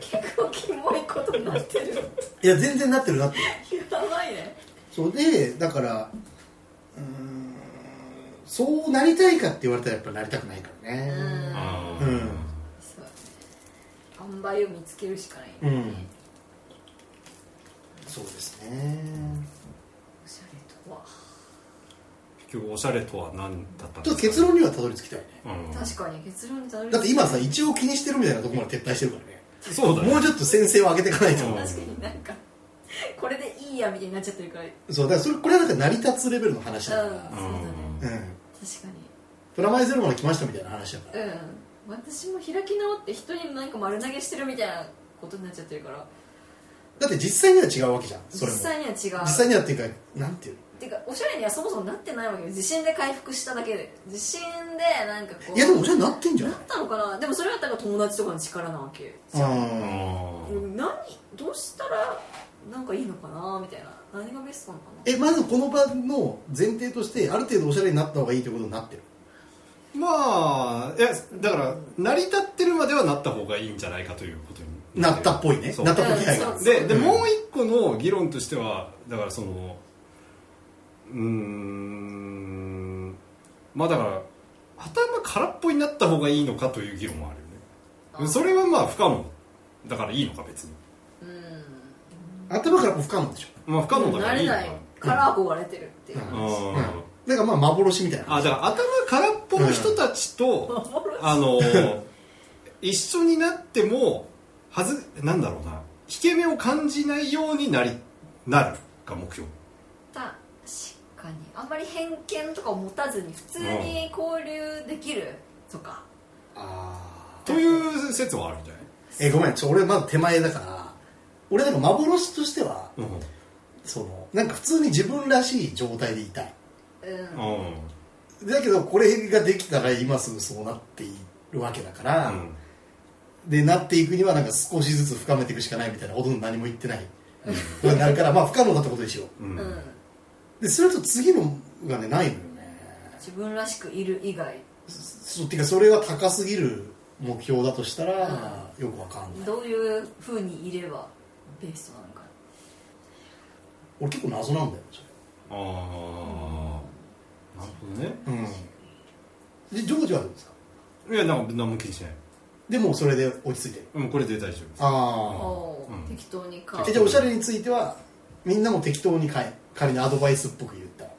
Speaker 3: 結構キモいことになって る
Speaker 2: いや全然なってるなってる
Speaker 3: やばいね
Speaker 2: そうでだからうーんそうなりたいかって言われたらやっぱなりたくないからね
Speaker 3: うん
Speaker 1: あ
Speaker 2: う
Speaker 1: ー
Speaker 2: ん
Speaker 3: そうだね塩梅を見つけるしかないね、
Speaker 2: うん
Speaker 3: お
Speaker 2: そうですね
Speaker 3: しゃれとは
Speaker 1: 結局おしゃれとは何だったん
Speaker 2: ちょ
Speaker 1: で
Speaker 2: っ
Speaker 1: すか
Speaker 2: と結論にはたどり着きたいね
Speaker 1: うん
Speaker 3: 確かに結論にたどり着
Speaker 2: だって今さ一応気にしてるみたいなとこまで撤退してるからね
Speaker 1: そうだね
Speaker 2: もうちょっと先生を上げていかないと、
Speaker 1: うん
Speaker 3: 確かになんかこれでいいやみたいになっちゃってるからうん
Speaker 2: そうだからそれこれはなんか成り立つレベルの話
Speaker 3: そう
Speaker 2: だ
Speaker 3: だ
Speaker 2: か
Speaker 3: ね
Speaker 2: ら、
Speaker 1: うん
Speaker 2: うん
Speaker 3: 確かに
Speaker 2: プラマイゼロまで来ましたみたいな話だから、
Speaker 3: うん私も開き直って人になんか丸投げしてるみたいなことになっちゃってるから
Speaker 2: だって実際には違うわけじゃんそ
Speaker 3: 実
Speaker 2: れも
Speaker 3: 際には違う
Speaker 2: 実際にはっていうかなんていうの
Speaker 3: てかおしゃれにはそもそもなってないわけよ地震で回復しただけで地震でなんかこう
Speaker 2: いやでもおしゃれになってんじゃ
Speaker 3: な
Speaker 2: な
Speaker 3: っ
Speaker 2: い
Speaker 3: たのかなでもそれはだから友達とかの力なわけじゃん
Speaker 2: うん
Speaker 3: うん何どうしたらなんかいいのかなみたいな何がベストなのかな
Speaker 2: えまずこの場の前提としてある程度おしゃれになった方がいいということになってる
Speaker 1: まあいやだから成り立ってるまではなった方がいいんじゃないかということに
Speaker 2: なったっぽいね
Speaker 1: そう
Speaker 2: なった時が
Speaker 3: うん
Speaker 1: でで
Speaker 2: うん
Speaker 1: もう一個の議論としてはだからそのうーんまあだから頭空っぽになった方がいいのかという議論もあるよねそれはまあ不可能だからいいのか別に
Speaker 3: うん
Speaker 2: 頭からも不可能でしょ
Speaker 1: まあ不可能だか
Speaker 3: 慣
Speaker 1: らい
Speaker 3: れ
Speaker 1: いの
Speaker 3: な
Speaker 1: か
Speaker 3: いから憧れてるっていう
Speaker 2: うん
Speaker 3: 話
Speaker 1: うん
Speaker 2: だからまあ幻みたいな
Speaker 1: あだから頭空っぽの人たちと、あの一緒になってもはずなんだろうな引け目を感じないようになりなるが目標
Speaker 3: 確かにあんまり偏見とかを持たずに普通に交流できるとか、
Speaker 2: あ
Speaker 1: という説はあるんじゃない
Speaker 2: ーえごめんちょ俺まだ手前だから俺なんか幻としてはそのなんか普通に自分らしい状態でいたい
Speaker 3: うん
Speaker 1: うん、うん
Speaker 2: だけどこれができたら今すぐそうなっているわけだから、でなっていくにはなんか少しずつ深めていくしかないみたいなほとんど何も言ってないことになるからまあ不可能だってことでしょ
Speaker 1: うん
Speaker 3: うん
Speaker 2: でそれと次のがねないのよね
Speaker 3: 自分らしくいる以外
Speaker 2: そうてかそれが高すぎる目標だとしたら、よくわかんない
Speaker 3: どういうふうにいればベストなのか
Speaker 2: 俺結構謎なんだよそ
Speaker 1: ああなるほどね
Speaker 2: れうんでジョージはどうですか
Speaker 1: いやなんか何も気にしない
Speaker 2: でもうそれで落ち着いてる
Speaker 1: うんこれで大丈夫です
Speaker 2: あ
Speaker 3: おー
Speaker 1: うん
Speaker 3: 適当に買
Speaker 2: あ
Speaker 3: う
Speaker 2: じゃあおしゃれについてはみんなも適当に買え仮にアドバイスっぽく言ったら、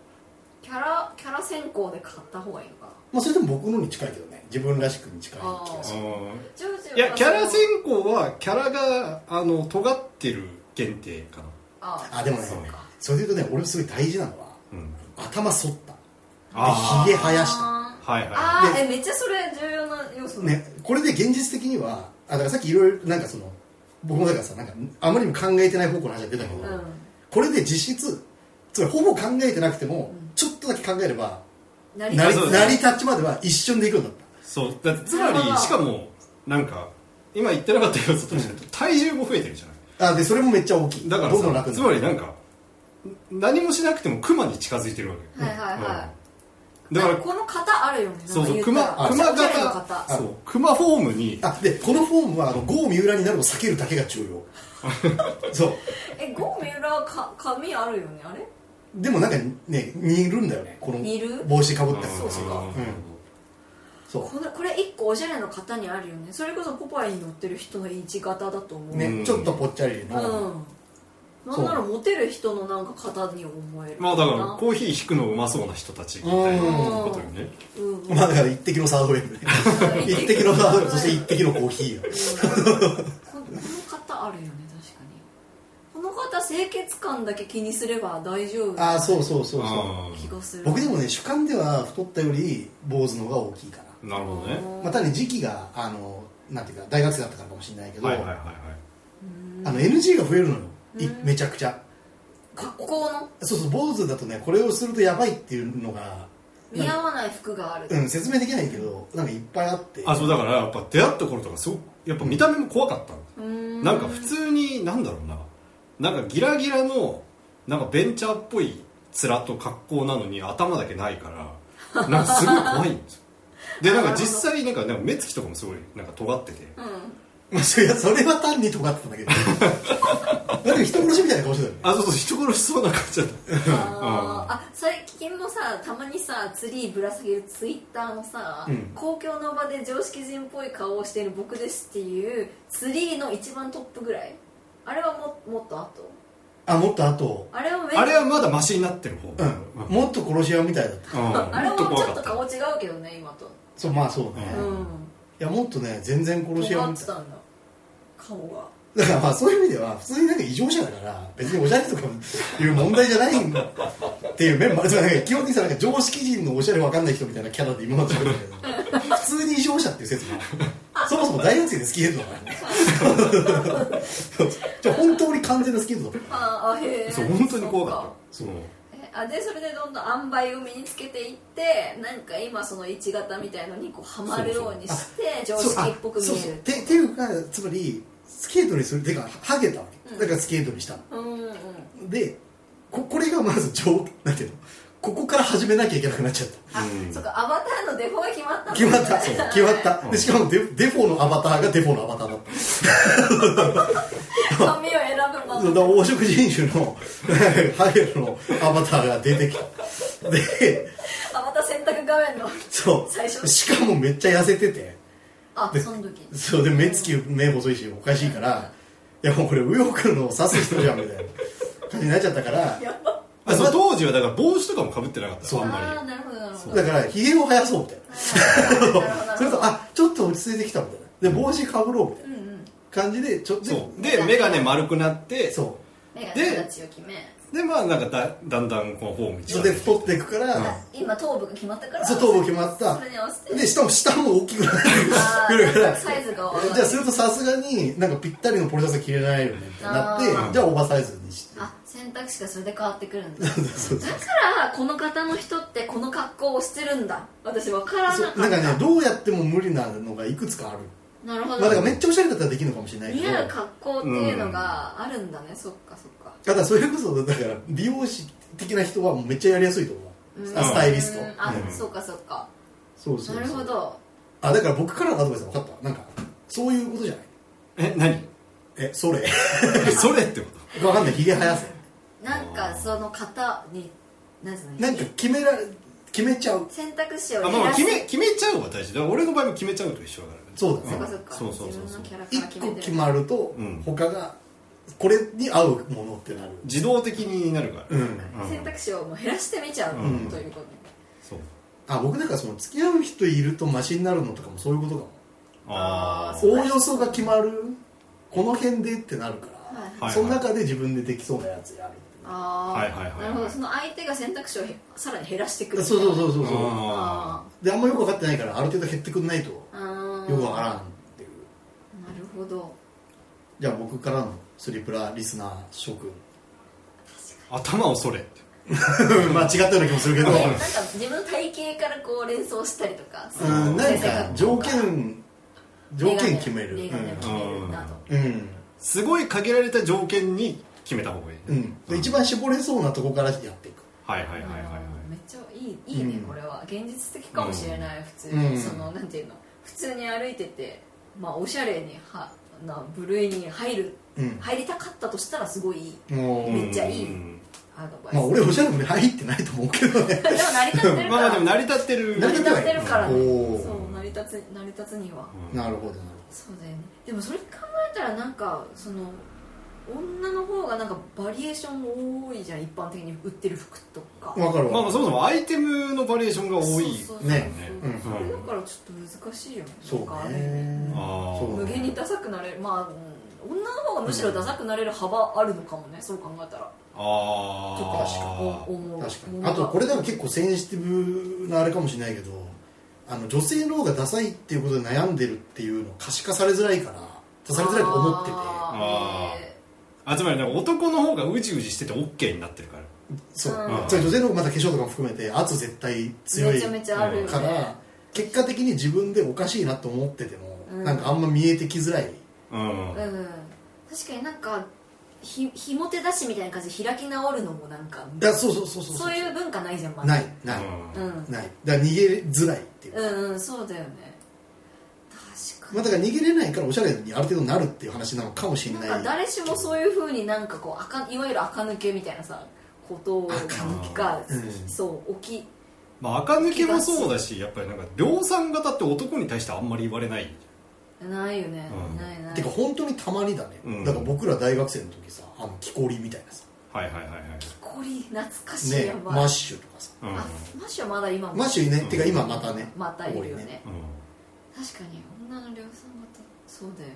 Speaker 3: キャラキャラ選考で買った方がいいのかな
Speaker 2: まあ、それでも僕のに近いけどね自分らしくに近い気がする
Speaker 1: う
Speaker 3: ジョージはそ
Speaker 1: ん
Speaker 3: の
Speaker 1: いやキャラ選考はキャラがあの尖ってる限定かな
Speaker 3: あ
Speaker 2: あでもね
Speaker 3: そうか
Speaker 2: それで言うとね俺すごい大事なのは
Speaker 1: うん
Speaker 2: 頭剃った
Speaker 1: あー
Speaker 2: でひげ生やした
Speaker 3: あー
Speaker 1: はいはい
Speaker 3: あーえめっちゃそれ重要な要素だ
Speaker 2: ね、これで現実的にはあだからさっきいろいろなんかその僕もだからさなんかあまりにも考えてない方向の話が出たけど、
Speaker 3: うん
Speaker 2: これで実質つまりほぼ考えてなくても、ちょっとだけ考えれば
Speaker 3: 成
Speaker 2: 成り
Speaker 1: そう
Speaker 2: 成り立ちまでは一瞬でいくようになっ
Speaker 1: そうだってつまりしかもなんか今言ってなかったけど外にしてると体重も増えてるじゃない
Speaker 2: たあでそれもめっちゃ大きい
Speaker 1: だから
Speaker 2: どんどん
Speaker 1: さ
Speaker 2: 楽に
Speaker 1: つ
Speaker 2: な
Speaker 1: ま
Speaker 2: る
Speaker 1: りなんか何もしなくてもクマに近づいてるわけよ、
Speaker 3: はいはいは
Speaker 1: うん
Speaker 3: い
Speaker 1: だか
Speaker 3: なんこの型あるよね
Speaker 1: そうそう
Speaker 3: なんか言たら
Speaker 1: 熊
Speaker 3: おしゃれの
Speaker 1: 熊
Speaker 3: 型
Speaker 1: らそうクマフォームに
Speaker 2: あでこのフォームはあの郷三浦になるを避けるだけが重 要そう
Speaker 3: えゴーミュラーか髪あるよねあれ
Speaker 2: でもなんかね似るんだよねこの
Speaker 3: 似る
Speaker 2: 帽子かぶったり
Speaker 1: ん
Speaker 2: とか
Speaker 3: そうか
Speaker 2: そう
Speaker 3: このこれ一個おしゃれの型にあるよねそれこそポパイに乗ってる人の一型だと思う
Speaker 2: ね、
Speaker 1: うん
Speaker 2: ちょっとぽっちゃり
Speaker 3: うん、
Speaker 2: の、
Speaker 3: なんならモテる人のなんか型に思える
Speaker 1: まあだから
Speaker 3: な
Speaker 1: コーヒー引くのうまそうな人たちみたいなことよね
Speaker 3: うん
Speaker 2: まあだから一滴のサードウェーブね一滴のサードウェーブそして一滴のコーヒーよ
Speaker 3: ここの方あるよね確かにこの方清潔感だけ気にすれば大丈夫
Speaker 2: ああそうそうそうそ
Speaker 1: あ
Speaker 3: 気がす
Speaker 2: う
Speaker 3: る
Speaker 2: 僕でもね主観では太ったより坊主の方が大きいか
Speaker 1: ーなるほどね
Speaker 2: なまあ単に時期があのなんていうか大学生だったからかもしれないけど、
Speaker 1: はいはいはい
Speaker 3: うん
Speaker 2: あの NG が増えるのよ、い
Speaker 3: うん
Speaker 2: めちゃくちゃ
Speaker 3: 格好の
Speaker 2: そうそう坊主だとねこれをするとやばいっていうのが
Speaker 3: 似合わない服がある、
Speaker 2: うん説明できないけどなんかいっぱいあって
Speaker 1: あそうだからやっぱ出会った頃とかすごくやっぱ見た目も怖かったの、
Speaker 3: うーん
Speaker 1: なんか普通になんだろうななんかギラギラのなんかベンチャーっぽい面と格好なのに頭だけないからなんかすごい怖いんですよでなんか実際なんかなんか目つきとかもすごいなんか尖ってて
Speaker 3: うん
Speaker 2: まあ、それはそれは単に尖ってたんだけどなんか人殺しみたいな顔してたよね
Speaker 1: あそうそう人殺しそうな感じだ った
Speaker 3: あーあ最近もさたまにさツリーぶら下げるツイッターのさ、
Speaker 2: うん
Speaker 3: 公共の場で常識人っぽい顔をしている僕ですっていうツリーの一番トップぐらいあれはももっと後
Speaker 2: あもっとあと、
Speaker 3: あれはめ
Speaker 1: あれはまだマシになってる方
Speaker 2: うん
Speaker 1: うん
Speaker 2: もっと殺し屋みたいだった
Speaker 1: うん
Speaker 3: あれはちょ
Speaker 1: も怖
Speaker 3: っ
Speaker 1: か
Speaker 3: と
Speaker 1: た
Speaker 3: 顔違うけどね今と
Speaker 2: そうまあそうね、
Speaker 1: う
Speaker 3: うんん、
Speaker 2: いやもっとね全然殺し屋
Speaker 3: 尖
Speaker 2: み
Speaker 3: ったて
Speaker 2: い
Speaker 3: たんだ顔が
Speaker 2: だからまあそういう意味では普通になんか異常者だから別におしゃれとかいう問題じゃないんだっていう面もあるつまり基本的にさなんか常識人のおしゃれわかんない人みたいなキャラで今まで喋ってたけど普通に異常者っていう説もあるそもそも大学生でスキンヘッドだからね そうじゃあ本当に完全なスキンヘッドだった
Speaker 3: あーあへえ
Speaker 1: そう本当に怖かった
Speaker 2: そう
Speaker 1: うん
Speaker 3: えあでそれでどんどん塩梅を身につけていってなんか今その一型みたいのにこうはまるようにして常
Speaker 2: そうあ
Speaker 3: 識っぽく見
Speaker 2: そう
Speaker 3: え
Speaker 2: そう
Speaker 3: る
Speaker 2: てていうかつまりスケートにするてかハゲたわけ、
Speaker 3: うん
Speaker 2: だからスケートにしたの
Speaker 3: うんうん
Speaker 2: でここれがまず上なんていうのここから始めなきゃいけなくなっちゃった
Speaker 3: あ、
Speaker 1: うん
Speaker 3: そっかアバターのデフォが決まったんだ
Speaker 2: 決ま ったそう決まった、
Speaker 1: うん
Speaker 2: でしかもデデフォのアバターがデフォのアバターだっ
Speaker 3: 髪を選ぶ
Speaker 2: た
Speaker 3: ま
Speaker 2: そ
Speaker 3: ま
Speaker 2: うだから黄色人種の ハゲのアバターが出てきたで
Speaker 3: あまた洗濯画面の
Speaker 2: そう
Speaker 3: 最初
Speaker 2: しかもめっちゃ痩せてて
Speaker 3: あ
Speaker 2: で
Speaker 3: その時
Speaker 2: そうで目つき目細いしおかしいからいやもうこれ右翼の指す人じゃんみたいな感じになっちゃった から
Speaker 3: やば
Speaker 1: あそう当時はだから帽子とかもかぶってなかった
Speaker 2: そう
Speaker 1: あんまり
Speaker 3: あーなるほどなるほど
Speaker 2: だからひげを生やそうみたいな
Speaker 3: あーなるほどなるほ ど
Speaker 2: それとあちょっと落ち着いてきたみたいなで帽子かぶろうみたい
Speaker 3: うんうん
Speaker 2: な感じでちょっと
Speaker 1: そうで眼鏡丸くなって
Speaker 2: そ
Speaker 3: 目が形を決め
Speaker 1: でまあなんかだだんだんこのフォームに
Speaker 2: うで太っていくから、
Speaker 3: あ今頭部が決まったから
Speaker 2: そう頭部決まった
Speaker 3: それに合わせて
Speaker 2: でしかも下も大きくなって
Speaker 3: あ
Speaker 2: くるから
Speaker 3: ーサイズが合わない
Speaker 2: じゃあするとさすがになんかぴったりのポリシャツは着れないよねってなって
Speaker 3: あ
Speaker 1: ー
Speaker 2: じゃあオーバーサイズにして
Speaker 3: あ選択肢がそれで変わってくるんだ
Speaker 2: そうそうそう
Speaker 3: だからこの方の人ってこの格好をしてるんだ私分からなかっ
Speaker 2: そう
Speaker 3: た
Speaker 2: なんかねどうやっても無理なのがいくつかある、
Speaker 3: なるほ
Speaker 2: まあ、
Speaker 3: ど、
Speaker 2: だからめっちゃおしゃれだったらできるのかもしれないけ
Speaker 3: 似
Speaker 2: ど
Speaker 3: 合う格好っていうのがあるんだね、そっかそっか
Speaker 2: ただそれこそだから美容師的な人はもうめっちゃやりやすいと思う、
Speaker 3: うん
Speaker 2: あスタイリスト、
Speaker 3: うんあ、
Speaker 1: うん
Speaker 3: そっかそっか
Speaker 2: そうそうそう
Speaker 3: なるほど
Speaker 2: あだから僕からのアドバイスは分かったなんかそういうことじゃない
Speaker 1: え何
Speaker 2: えそれ
Speaker 1: それってこ
Speaker 2: 分かんないひげ生やせ
Speaker 3: なんかその方になんつうの
Speaker 2: なんか決めら決めちゃう
Speaker 3: 選択肢を
Speaker 1: とあ、まあ
Speaker 3: 減
Speaker 1: まあ、
Speaker 3: ら
Speaker 1: 決
Speaker 3: す
Speaker 1: め決めちゃうは大事だから俺の場合も決めちゃうと一緒だからね
Speaker 2: そうだ
Speaker 3: そ
Speaker 2: ね
Speaker 3: っかそっか
Speaker 1: そうそうそう
Speaker 3: 自分のキャラから
Speaker 2: 一
Speaker 3: 決
Speaker 2: 個
Speaker 3: めて
Speaker 2: 決
Speaker 3: る
Speaker 2: まると、
Speaker 1: うん
Speaker 2: 他がこれに合うものってなる
Speaker 1: 自動的になるから、
Speaker 2: うん
Speaker 1: うん
Speaker 3: 選択肢をもう減らしてみちゃう、
Speaker 1: うん
Speaker 3: ということ
Speaker 1: そう
Speaker 2: あ僕なんかその付き合う人いるとマシになるのとかもそういうことかも
Speaker 1: あ
Speaker 3: あー
Speaker 1: あ
Speaker 2: おおよそが決まるこの辺でってなるから、
Speaker 3: はいはい
Speaker 1: はい
Speaker 2: その中で自分でできそうなやつやるっていう
Speaker 3: ああ、
Speaker 1: はいはいはいはい
Speaker 3: なるほどその相手が選択肢をへさらに減らしてくる
Speaker 2: そうそうそううそうそう
Speaker 1: あ
Speaker 3: あ
Speaker 2: であんまよく分かってないからある程度減ってくんないとよ
Speaker 3: ーあー
Speaker 2: く分からんっていう
Speaker 3: なるほど
Speaker 2: じゃあ僕からのスリプラリスナー諸君
Speaker 1: ー頭をそれ
Speaker 2: まあ違ったような気もするけど
Speaker 3: なんか自分の体型からこう連想したりとかその
Speaker 2: うんなん
Speaker 3: 先生が
Speaker 2: か条件条件決める
Speaker 3: メガネメガネを決めるなと
Speaker 2: うん、うん
Speaker 1: すごい限られた条件に決めた方がいい、
Speaker 2: うんで一番絞れそうなとこからやっていく
Speaker 1: はいはいはいはいは
Speaker 3: あーめ
Speaker 1: い
Speaker 3: っちゃいいいいね
Speaker 2: うん
Speaker 3: これは現実的かもしれない普通
Speaker 2: う
Speaker 3: に
Speaker 2: ん
Speaker 3: そのなんていうの普通に歩いててまあおしゃれにはな部類に入る
Speaker 2: うん
Speaker 3: 入りたかったとしたらすごいいい
Speaker 2: もう
Speaker 3: めっちゃいい
Speaker 1: うん
Speaker 3: アドバイス
Speaker 2: まあ俺おしゃれも入ってないと思うけどね
Speaker 3: でも成り立 ってる
Speaker 1: ま
Speaker 3: か
Speaker 1: あまあで
Speaker 3: ら
Speaker 1: も成り立ってる
Speaker 2: 成
Speaker 3: 成
Speaker 2: り
Speaker 3: り
Speaker 2: 立
Speaker 3: 立
Speaker 2: っ
Speaker 3: っててるからね
Speaker 2: おー
Speaker 3: そう成り立つ成り立つには
Speaker 1: うん
Speaker 2: なるほどなる
Speaker 3: そうだよねでもそれ考えたらなんかその女の方がなんかバリエーション多いじゃん一般的に売ってる服とか
Speaker 2: ほどわかるわ
Speaker 1: まあまあそもそもアイテムのバリエーションが多い
Speaker 3: そうそうそう
Speaker 2: ね
Speaker 3: そう
Speaker 2: うん
Speaker 3: それだからちょっと難しいよね
Speaker 2: そう
Speaker 3: なんかあれ
Speaker 2: ね
Speaker 1: あー
Speaker 2: そう
Speaker 3: 無限にダサくなれるまあうん女の方がむしろダサくなれる幅あるのかもねそう考えたら
Speaker 1: あ
Speaker 2: ち
Speaker 1: あ
Speaker 3: お思う
Speaker 2: 確かにあとこれなんか
Speaker 3: 結
Speaker 2: 結構センシティブなあれかもしれないけどあの女性の方がダサいっていうことで悩んでるっていうの可視化されづらいから出されづらいと思ってて
Speaker 1: あーあつまりなんか男の方がうじうじしてて OK になってるから
Speaker 2: そう
Speaker 3: うん
Speaker 2: つまり女性の方がまた化粧とかも含めて圧絶対強
Speaker 3: め
Speaker 2: い
Speaker 3: ちゃめ
Speaker 2: か
Speaker 3: ちゃあるよね
Speaker 2: ら結果的に自分でおかしいなと思ってても
Speaker 3: うん
Speaker 2: なんかあんま見えてきづらい
Speaker 1: うん
Speaker 3: うん確かになんかひひも手出しみたいな感じで開き直るのもなんか
Speaker 2: いやそうそうそうそう
Speaker 3: そういう文化ないじゃんまだ
Speaker 2: ないない、
Speaker 3: うんうん、
Speaker 2: ないだから逃げづらいっていう、
Speaker 3: うん、そうだよね確か
Speaker 2: ま
Speaker 3: に
Speaker 2: あ、だから逃げれないからおしゃれにある程度なるっていう話なのかもしれない
Speaker 3: なんか誰しもそういうふうになんかこうあかんいわゆる垢抜けみたいなさこと
Speaker 2: 垢抜
Speaker 1: け
Speaker 3: が、
Speaker 2: うん
Speaker 3: そう起き
Speaker 1: まあ垢抜けもそうだしやっぱりなんか量産型って男に対してあんまり言われない
Speaker 3: ないよね、
Speaker 1: うん
Speaker 3: ないない
Speaker 2: てか本当にたまにだね、
Speaker 1: うん
Speaker 2: だから僕ら大学生の時さあの木こりみたいなさ
Speaker 1: はいはいはいはい、
Speaker 3: こり懐かしい、
Speaker 2: ね
Speaker 3: やばい
Speaker 2: マッシュとかさ
Speaker 1: うん
Speaker 3: あマッシュはまだ今も
Speaker 2: マッシュいない、
Speaker 1: うん
Speaker 2: てか今またね
Speaker 3: またいるよね
Speaker 2: 多いね
Speaker 3: 確かに女の量産型そうだよね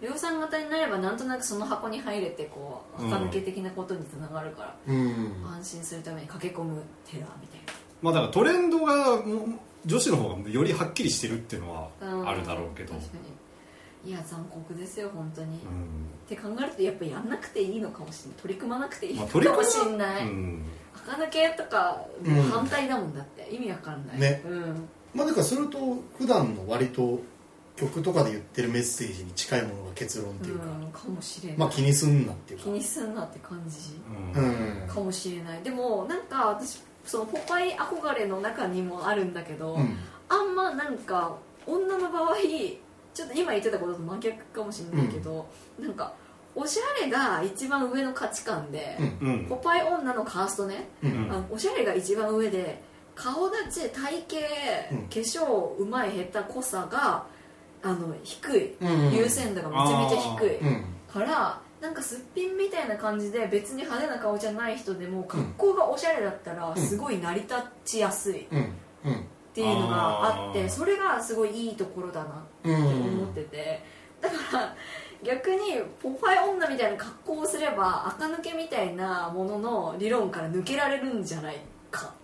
Speaker 3: 量産型になればなんとなくその箱に入れてこう
Speaker 1: うん
Speaker 3: 垢抜け的なことにつながるから、
Speaker 2: うん
Speaker 3: 安心するために駆け込むテラーみたいな
Speaker 1: まあだからトレンドがもう女子の方がよりはっきりしてるっていうのは
Speaker 3: うん
Speaker 1: あるだろうけど、
Speaker 3: 確かにいや残酷ですよ本当に、っ
Speaker 1: う
Speaker 3: て考えるとやっぱやんなくていいのかもしれない取り組まなくていい
Speaker 1: ん
Speaker 3: の
Speaker 1: まあ、
Speaker 3: か
Speaker 1: 取り
Speaker 3: も
Speaker 1: 組
Speaker 3: しんない、
Speaker 1: うん
Speaker 3: 垢抜けとか
Speaker 2: うん
Speaker 3: もう反対だもんだって、意味わかんない
Speaker 2: ね
Speaker 3: うん
Speaker 2: まあだからそれと普段の割と曲とかで言ってるメッセージに近いものが結論っていうか、
Speaker 3: うん、かもしれない、
Speaker 2: まあ気にすんなっていうか
Speaker 3: 気にすんなって感じ
Speaker 1: うん
Speaker 2: うん
Speaker 3: かもしれないでもなんか私そのポパイ憧れの中にもあるんだけど、
Speaker 2: うん
Speaker 3: あんまなんか女の場合ちょっと今言ってたことと真逆かもしれないけど、なんかおしゃれが一番上の価値観で、
Speaker 2: う
Speaker 1: う
Speaker 2: ん
Speaker 1: ん
Speaker 3: ポパイ女のカーストね、
Speaker 2: う
Speaker 1: うん
Speaker 2: ん
Speaker 3: あのおしゃれが一番上で顔立ち体
Speaker 2: うん
Speaker 3: 型、化粧うまい下手濃さがあの低い
Speaker 2: うん
Speaker 3: 優先度がめちゃめちゃ低い、
Speaker 2: うん
Speaker 3: からなんかすっぴんみたいな感じで別に派手な顔じゃない人でも格好がおしゃれだったら
Speaker 2: ん
Speaker 3: すごい成り立ちやすいっ
Speaker 2: うんうん
Speaker 3: ていうのがあっ
Speaker 1: あ
Speaker 3: て
Speaker 1: ー
Speaker 3: それがすごいいいところだなって
Speaker 2: うん
Speaker 3: 思っててだから逆にポパイ女みたいな格好をすれば垢抜けみたいなものの理論から抜けられるんじゃないか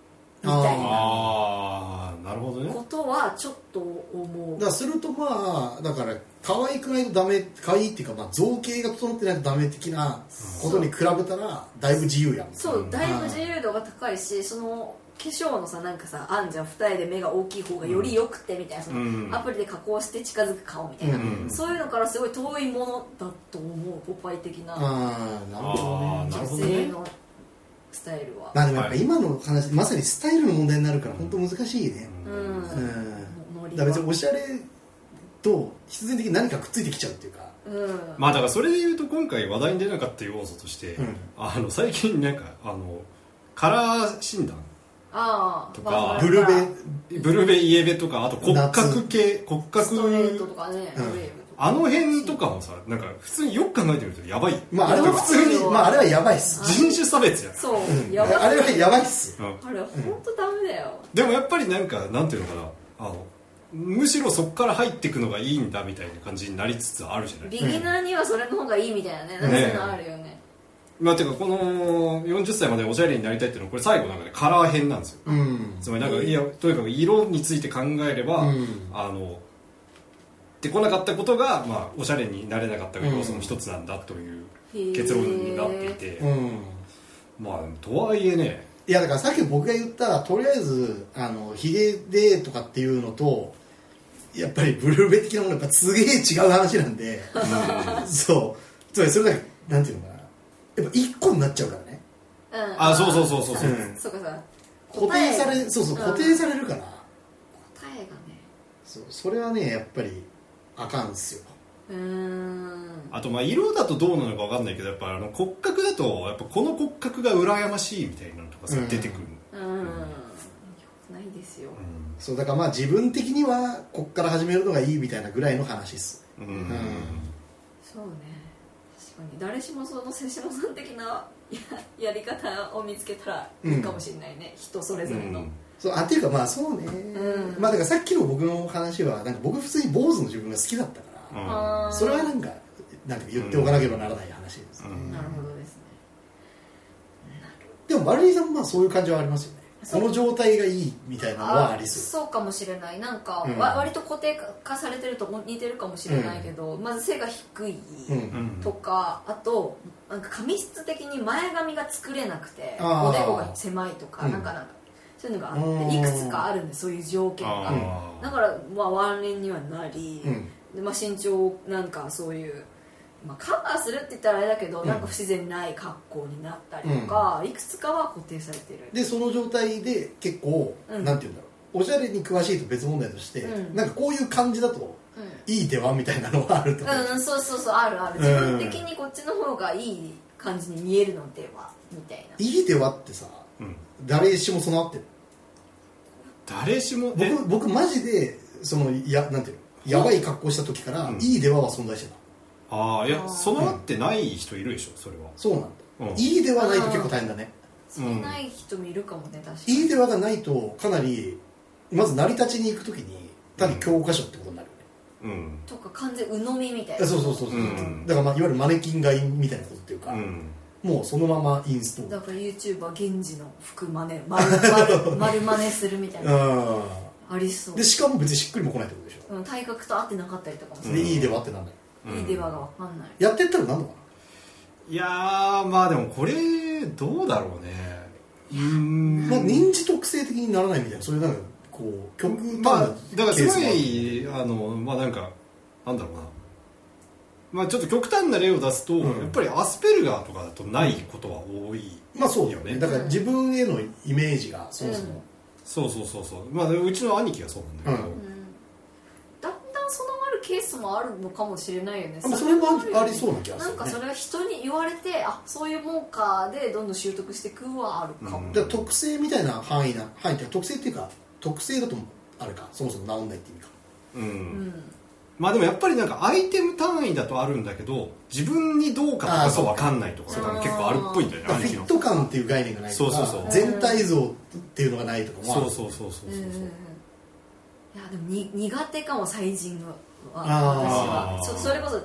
Speaker 3: みたいな
Speaker 1: ああなるほどね
Speaker 3: ことはちょっと思
Speaker 2: だ
Speaker 3: う
Speaker 2: からするとまあだから可愛くないとダメ可愛いっていうか、まあ、造形が整ってないとダメ的なことに比べたらだいぶ自由やもん
Speaker 3: そうだいぶ自由度が高いしその化粧のさなんかさあんじゃん二重で目が大きい方がより良くてみたいな、その
Speaker 1: うん
Speaker 3: アプリで加工して近づく顔みたいな、
Speaker 1: うん
Speaker 3: そういうのからすごい遠いものだと思うポパイ的な
Speaker 2: ああなるほどね
Speaker 1: あーな
Speaker 3: 女
Speaker 1: るほどね
Speaker 3: 性のスタイルは、
Speaker 2: まあでもやっぱ今の話まさにスタイルの問題になるから本当難しいね
Speaker 3: う
Speaker 2: うん
Speaker 3: ん、ノ
Speaker 2: だ
Speaker 3: リ
Speaker 2: から
Speaker 3: は
Speaker 2: 別におしゃれと必然的に何かくっついてきちゃうっていうか
Speaker 3: うん
Speaker 1: まあだからそれで言うと今回話題に出なかった要素として、
Speaker 2: うん
Speaker 1: あの最近なんかあのカラー診断
Speaker 3: ああ
Speaker 1: とか
Speaker 3: バーバ
Speaker 2: ブルベ
Speaker 1: ブルベイエベとかあと骨格系骨
Speaker 3: ストレート
Speaker 1: 格
Speaker 3: とかね、
Speaker 2: うん
Speaker 3: ウェーブとか
Speaker 1: あの辺とかもさなんか普通によく考えてみるとやばい
Speaker 2: まああれは普通にまああれはやばいっす
Speaker 1: 人種差別やん
Speaker 3: そう、
Speaker 2: うん
Speaker 3: やばい
Speaker 2: あれはやばいっす
Speaker 1: うん
Speaker 3: あれ本当ダメだよ、
Speaker 1: でもやっぱりなんかなんていうのかなあのむしろそこから入っていくのがいいんだみたいな感じになりつつあるじゃない
Speaker 3: ビギナーにはそれの方がいいみたいなね、なんかそういうのあるよね
Speaker 1: まあてかこの40歳までおしゃれになりたいっていうのはこれ最後なんかねカラー編なんですよ
Speaker 2: うん
Speaker 1: つまりなんかいやとにかく色について考えれば、
Speaker 2: うん
Speaker 1: あのでこなかったことが、まあ、おしゃれになれなかった要素の一つなんだという結論になっていて、
Speaker 2: うん
Speaker 1: まあとはいえね
Speaker 2: いやだからさっき僕が言ったとりあえずあのヒゲでとかっていうのとやっぱりブルーベ的なものやっぱすげえ違う話なん でそうつまりそれだけなんていうのかなやっぱ一個になっちゃうからね
Speaker 3: うん
Speaker 1: あそうそうそうそうそう
Speaker 2: うん
Speaker 3: そうかさ
Speaker 2: 固定さ
Speaker 3: 答え
Speaker 2: れそうそう
Speaker 3: うん
Speaker 2: 固定されるから、
Speaker 3: 答えがね
Speaker 2: そうそれはねやっぱりあかんっすよ
Speaker 3: うーん
Speaker 1: あとまあ色だとどうなのか分かんないけどやっぱあの骨格だとやっぱこの骨格が羨ましいみたいなのとかさ、
Speaker 2: うん
Speaker 1: 出てくる、
Speaker 3: うんよくないですよ
Speaker 2: そうだからまあ自分的にはこっから始めるのがいいみたいなぐらいの話っす
Speaker 1: うんうん
Speaker 3: そうね確かに誰しもその瀬下さん的な ややり方を見つけたらいいかもしれないね、人それぞれの、
Speaker 1: うん
Speaker 2: そうあっていうかまあそうね、
Speaker 3: うん
Speaker 2: まあだからさっきの僕の話はなんか僕普通に坊主の自分が好きだったから、
Speaker 1: うん
Speaker 3: ー
Speaker 2: それはなんかなんか言っておかなければならない話ですね、
Speaker 1: うん
Speaker 3: なるほどですね
Speaker 2: でもマリーさんはそういう感じはありますよね
Speaker 3: そう
Speaker 2: この状態がいいみたいなのはありそう
Speaker 3: そうかもしれないなんか、
Speaker 2: うん
Speaker 3: わ割と固定化されてると似てるかもしれないけど、まず背が低い、
Speaker 2: うん、
Speaker 1: うん
Speaker 3: とかあとなんか髪質的に前髪が作れなくて
Speaker 2: あー
Speaker 3: おでこが狭いとか、
Speaker 2: うん
Speaker 3: なんかなんかそういうのが
Speaker 2: う
Speaker 3: あっ
Speaker 2: ん
Speaker 3: ていくつかあるんでそういう条件が、
Speaker 1: あー
Speaker 3: だからまあワンレンにはなり、
Speaker 2: うん
Speaker 3: でまあ、身長なんかそういうまあ、カバーするって言ったらあれだけど、
Speaker 2: うん
Speaker 3: なんか不自然ない格好になったりとか、いくつかは固定されてる
Speaker 2: でその状態で結構、
Speaker 3: うん
Speaker 2: なんて言うんだろうおしゃれに詳しいと別問題として、
Speaker 3: うん
Speaker 2: なんかこういう感じだと
Speaker 3: う
Speaker 2: いい手はみたいなのはあると思う、
Speaker 3: ん、うん、そうそうそうあるある
Speaker 2: うん
Speaker 3: 自分的にこっちの方がいい感じに見えるのではみたいない
Speaker 2: い手はってさ
Speaker 1: うん、
Speaker 2: 誰しも備わってる
Speaker 1: 誰しもえ
Speaker 2: 僕僕マジでそのやなんていうのやばい格好した時から、
Speaker 1: うん
Speaker 2: いい出話は存在してた
Speaker 1: ああい
Speaker 3: あ
Speaker 1: や
Speaker 3: ー
Speaker 1: 備わってない人いるでしょそれは
Speaker 2: そうなんだ、
Speaker 1: うん
Speaker 2: いい出話ないと結構大変だね
Speaker 3: それない人もいるかもね確かに
Speaker 2: いい出話がないとかなりまず成り立ちに行く時に単に教科書ってことになるよね、
Speaker 1: うん
Speaker 3: とか完全鵜呑みみたい
Speaker 2: あ
Speaker 3: な
Speaker 2: そうそうそうそう、
Speaker 1: うん
Speaker 2: だから、まあ、いわゆるマネキン買いみたいなことっていう
Speaker 1: う
Speaker 2: か、
Speaker 1: ん
Speaker 2: もうそのままインストール
Speaker 3: だから YouTuber 源氏の服真似丸 丸丸真似するみたいな
Speaker 2: う
Speaker 3: ありそうん
Speaker 2: でしかも別にしっくりも来ないってことでし
Speaker 3: うん体格と合ってなかったりとかもす
Speaker 2: ょ
Speaker 3: る、
Speaker 2: で
Speaker 1: うん
Speaker 2: いい出話ってなんだよ
Speaker 1: うん
Speaker 3: いい出話がわかんない
Speaker 2: やってったらなんのか
Speaker 1: いやーまあでもこれどうだろうねうーん
Speaker 2: な、まあ、認知特性的にならないみたいなそういうなんかこう極端
Speaker 1: まあ
Speaker 2: な
Speaker 1: だから
Speaker 2: ケ
Speaker 1: すご
Speaker 2: ースもある
Speaker 1: いあのまあなんかなんだろうなまあちょっと極端な例を出すと、
Speaker 2: うん
Speaker 1: やっぱりアスペルガーとかだとないことは多い、
Speaker 2: まあそうだよ
Speaker 1: う
Speaker 2: ね
Speaker 1: ん
Speaker 2: だから自分へのイメージがそもそも、
Speaker 1: そうそうそうそうまあうちの兄貴がそうなんだけど、
Speaker 2: う
Speaker 3: うんだんだん備わるケースもあるのかもしれないよね
Speaker 2: あまあそれもあり
Speaker 3: う
Speaker 2: そうな気がす
Speaker 3: な
Speaker 2: る、ね、
Speaker 3: んかそれは人に言われてあそういうもんかでどんどん習得していくはあるかも、
Speaker 1: うん
Speaker 2: だから特性みたいな範囲な範囲っていうか特性っていうか特性だともあるかそもそも治んないっていう意味か
Speaker 1: うん
Speaker 3: うん
Speaker 1: まあでもやっぱりなんかアイテム単位だとあるんだけど自分にどうかと
Speaker 2: あー
Speaker 1: か
Speaker 2: そうか
Speaker 1: 分かんないとかが結構あるっぽいんだよ
Speaker 2: だか
Speaker 1: ね
Speaker 2: ら
Speaker 1: 兄貴
Speaker 2: フィッ
Speaker 1: の
Speaker 2: ト感っていう概念がないとか
Speaker 1: そうそうそう
Speaker 2: 全体像っていうのがないとかもある
Speaker 1: そうそうそうそうそううんそううん
Speaker 3: うんいやでもに苦手かも最人は
Speaker 1: ー
Speaker 2: あ
Speaker 3: 私はそそれこそそ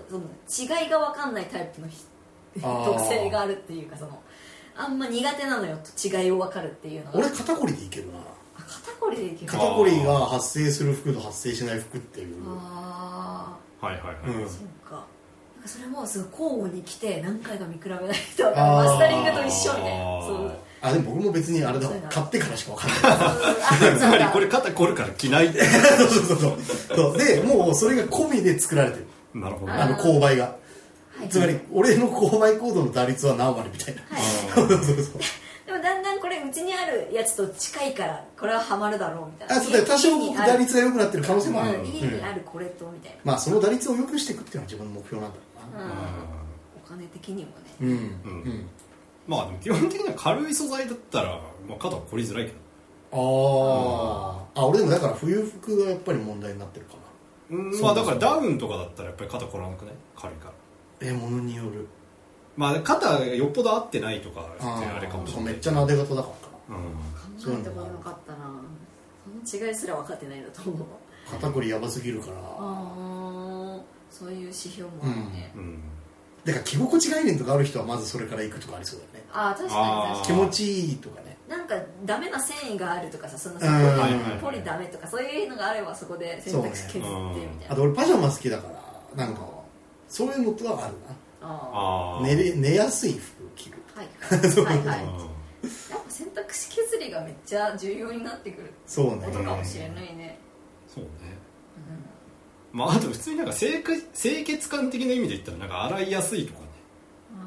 Speaker 3: の違いが分かんないタイプの人
Speaker 2: あー
Speaker 3: 特性があるっていうかそのあんま苦手なのよと違いを分かるっていうのが
Speaker 2: 俺肩こりでいけるな
Speaker 3: あ肩こりでいける
Speaker 2: 肩こりが発生する服と発生しない服っていう
Speaker 3: あ
Speaker 1: はいはいはい、
Speaker 2: うん
Speaker 3: あそうかなんかそれもすごい交互に来て何回か見比べないと
Speaker 2: あー
Speaker 3: マスタリングと一緒みたいなそう
Speaker 2: あでも僕も別にあれだ
Speaker 3: そうだ
Speaker 2: 買ってからしか分かんない
Speaker 3: あ
Speaker 1: つまり
Speaker 3: そう
Speaker 1: これ
Speaker 3: だ
Speaker 1: 肩凝るから着ないって
Speaker 2: そうそうそうそうでもうそれが込みで作られてる
Speaker 1: なるほど
Speaker 3: あー
Speaker 2: あの購買が
Speaker 3: はい
Speaker 2: つまり俺の購買行動の打率は何割みたいな
Speaker 3: はい
Speaker 2: そうそうそう
Speaker 3: でもだんだんこれうちにあるやつと近いからこれはハマるだろうみたいな
Speaker 2: あそうだよ多少
Speaker 3: 家にあ
Speaker 2: 打
Speaker 3: る
Speaker 2: 率が良くなってる可能性もある、
Speaker 3: うん家にあるこれとみたいな、
Speaker 2: まあその打率を良くしていくっていうのは自分の目標なんだろうな
Speaker 3: うん
Speaker 1: うん
Speaker 3: お金的にもね
Speaker 2: うん
Speaker 1: うん
Speaker 2: うん
Speaker 1: まあでも基本的には軽い素材だったら、まあ、肩は凝りづらいけど
Speaker 2: あーあ俺でもだから冬服がやっぱり問題になってるかな
Speaker 1: うん
Speaker 2: そう
Speaker 1: まあだからダウンとかだったらやっぱり肩凝らなくない軽いから
Speaker 2: えものによる
Speaker 1: まあ肩がよっぽど合ってないとかってあれかもしれな
Speaker 2: め
Speaker 1: い
Speaker 2: っちゃなで方だからかな
Speaker 1: うん
Speaker 3: 考えたことなかったなその違いすら分かってないなと思う
Speaker 2: 肩こりやばすぎるから
Speaker 3: ああそういう指標もあるね、
Speaker 1: うん
Speaker 2: だから着心地概念とかある人はまずそれから行くとかありそうだよね
Speaker 3: ああ確かに
Speaker 1: あー
Speaker 3: 確
Speaker 2: 気
Speaker 3: かに
Speaker 2: 持ちいいとかね
Speaker 3: なんかダメな繊維があるとかさその
Speaker 2: うんはい
Speaker 1: はいはい
Speaker 3: ポリダメとかそういうのがあればそこで選択肢
Speaker 2: そう
Speaker 3: 削って
Speaker 1: ね
Speaker 3: みたい
Speaker 2: あ
Speaker 3: な、
Speaker 2: と俺パジャマ好きだからなんかそういうのとはある
Speaker 3: あ
Speaker 1: ああ
Speaker 2: な寝れ寝やすい服着る
Speaker 3: あはい はいはい
Speaker 1: うん
Speaker 3: やっぱ選択肢削りがめっちゃ重要になってくる
Speaker 2: そうね
Speaker 3: ことかもしれないね、
Speaker 1: そうねまああと普通になんか清潔清潔感的な意味で言ったらなんか洗いやすいとかね
Speaker 3: うん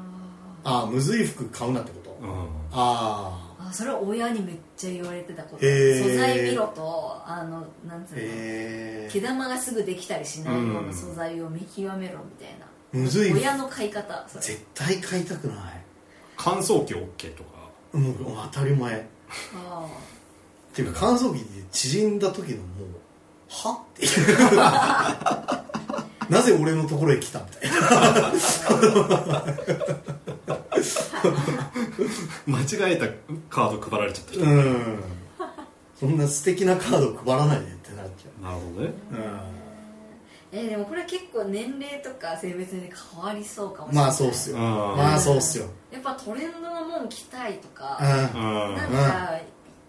Speaker 3: あ
Speaker 2: ああむずい服買うなってこと、
Speaker 1: うん
Speaker 2: あ
Speaker 3: ーあそれは親にめっちゃ言われてたこと
Speaker 2: へー
Speaker 3: 素材見ろとあのなんつ
Speaker 2: あ
Speaker 3: うの、
Speaker 2: へ
Speaker 3: 毛
Speaker 2: え
Speaker 3: 玉がすぐできたりしないよう
Speaker 1: う
Speaker 3: なん素材を見極めろみたいな、
Speaker 2: むずい服
Speaker 3: 親の買い方それ
Speaker 2: 絶対買いたくない
Speaker 1: 乾燥機 OK とか
Speaker 2: もう当たり前っ
Speaker 3: あ
Speaker 2: ていうか乾燥機で縮んだ時のもうはっていうなぜ俺のところへ来たみたいな
Speaker 1: 間違えたカード配られちゃった人、
Speaker 2: うんそんな素敵なカード配らないでってなっちゃ
Speaker 1: なるほどね
Speaker 2: う、
Speaker 3: あえーでもこれ結構年齢とか性別に変わりそうかもしれない
Speaker 2: まあそうっすよ
Speaker 1: うん
Speaker 2: まあそうっすよ
Speaker 3: やっぱトレンドのもん着たいとか、
Speaker 2: う
Speaker 1: うん
Speaker 3: なんか、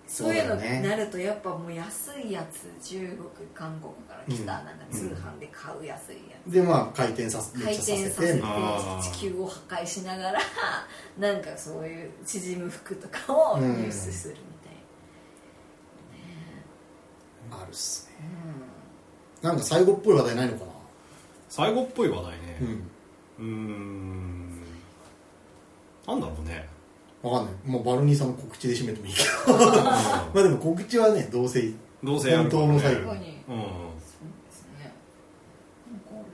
Speaker 3: そういうの
Speaker 2: そうだね
Speaker 3: になるとやっぱもう安いやつ中国韓国から来た、
Speaker 2: うん
Speaker 3: なんか通販で買う安いや
Speaker 2: んでまあ回転させ
Speaker 3: つ、
Speaker 2: めっ
Speaker 3: 回
Speaker 2: ちゃさ
Speaker 3: 転
Speaker 2: せ
Speaker 3: させて
Speaker 2: て
Speaker 1: あー
Speaker 3: 地球を破壊しながら なんかそういう縮む服とかを
Speaker 2: うん
Speaker 3: 入手するみたい
Speaker 2: あるっすね
Speaker 3: な、
Speaker 2: なんか最後っぽい話題ないのかな
Speaker 1: 最後っぽい話題ね、
Speaker 2: うん
Speaker 1: うーんなんだろう ね
Speaker 2: わかんないもうバルニーさんの告知で締めてもいいけど
Speaker 1: う
Speaker 2: まあでも告知はねどうせ
Speaker 1: んどうせやるから
Speaker 2: 本当の
Speaker 1: ね
Speaker 2: 最
Speaker 3: す
Speaker 2: 後
Speaker 3: ごいね
Speaker 1: うん
Speaker 3: そうですねなんかあるのかな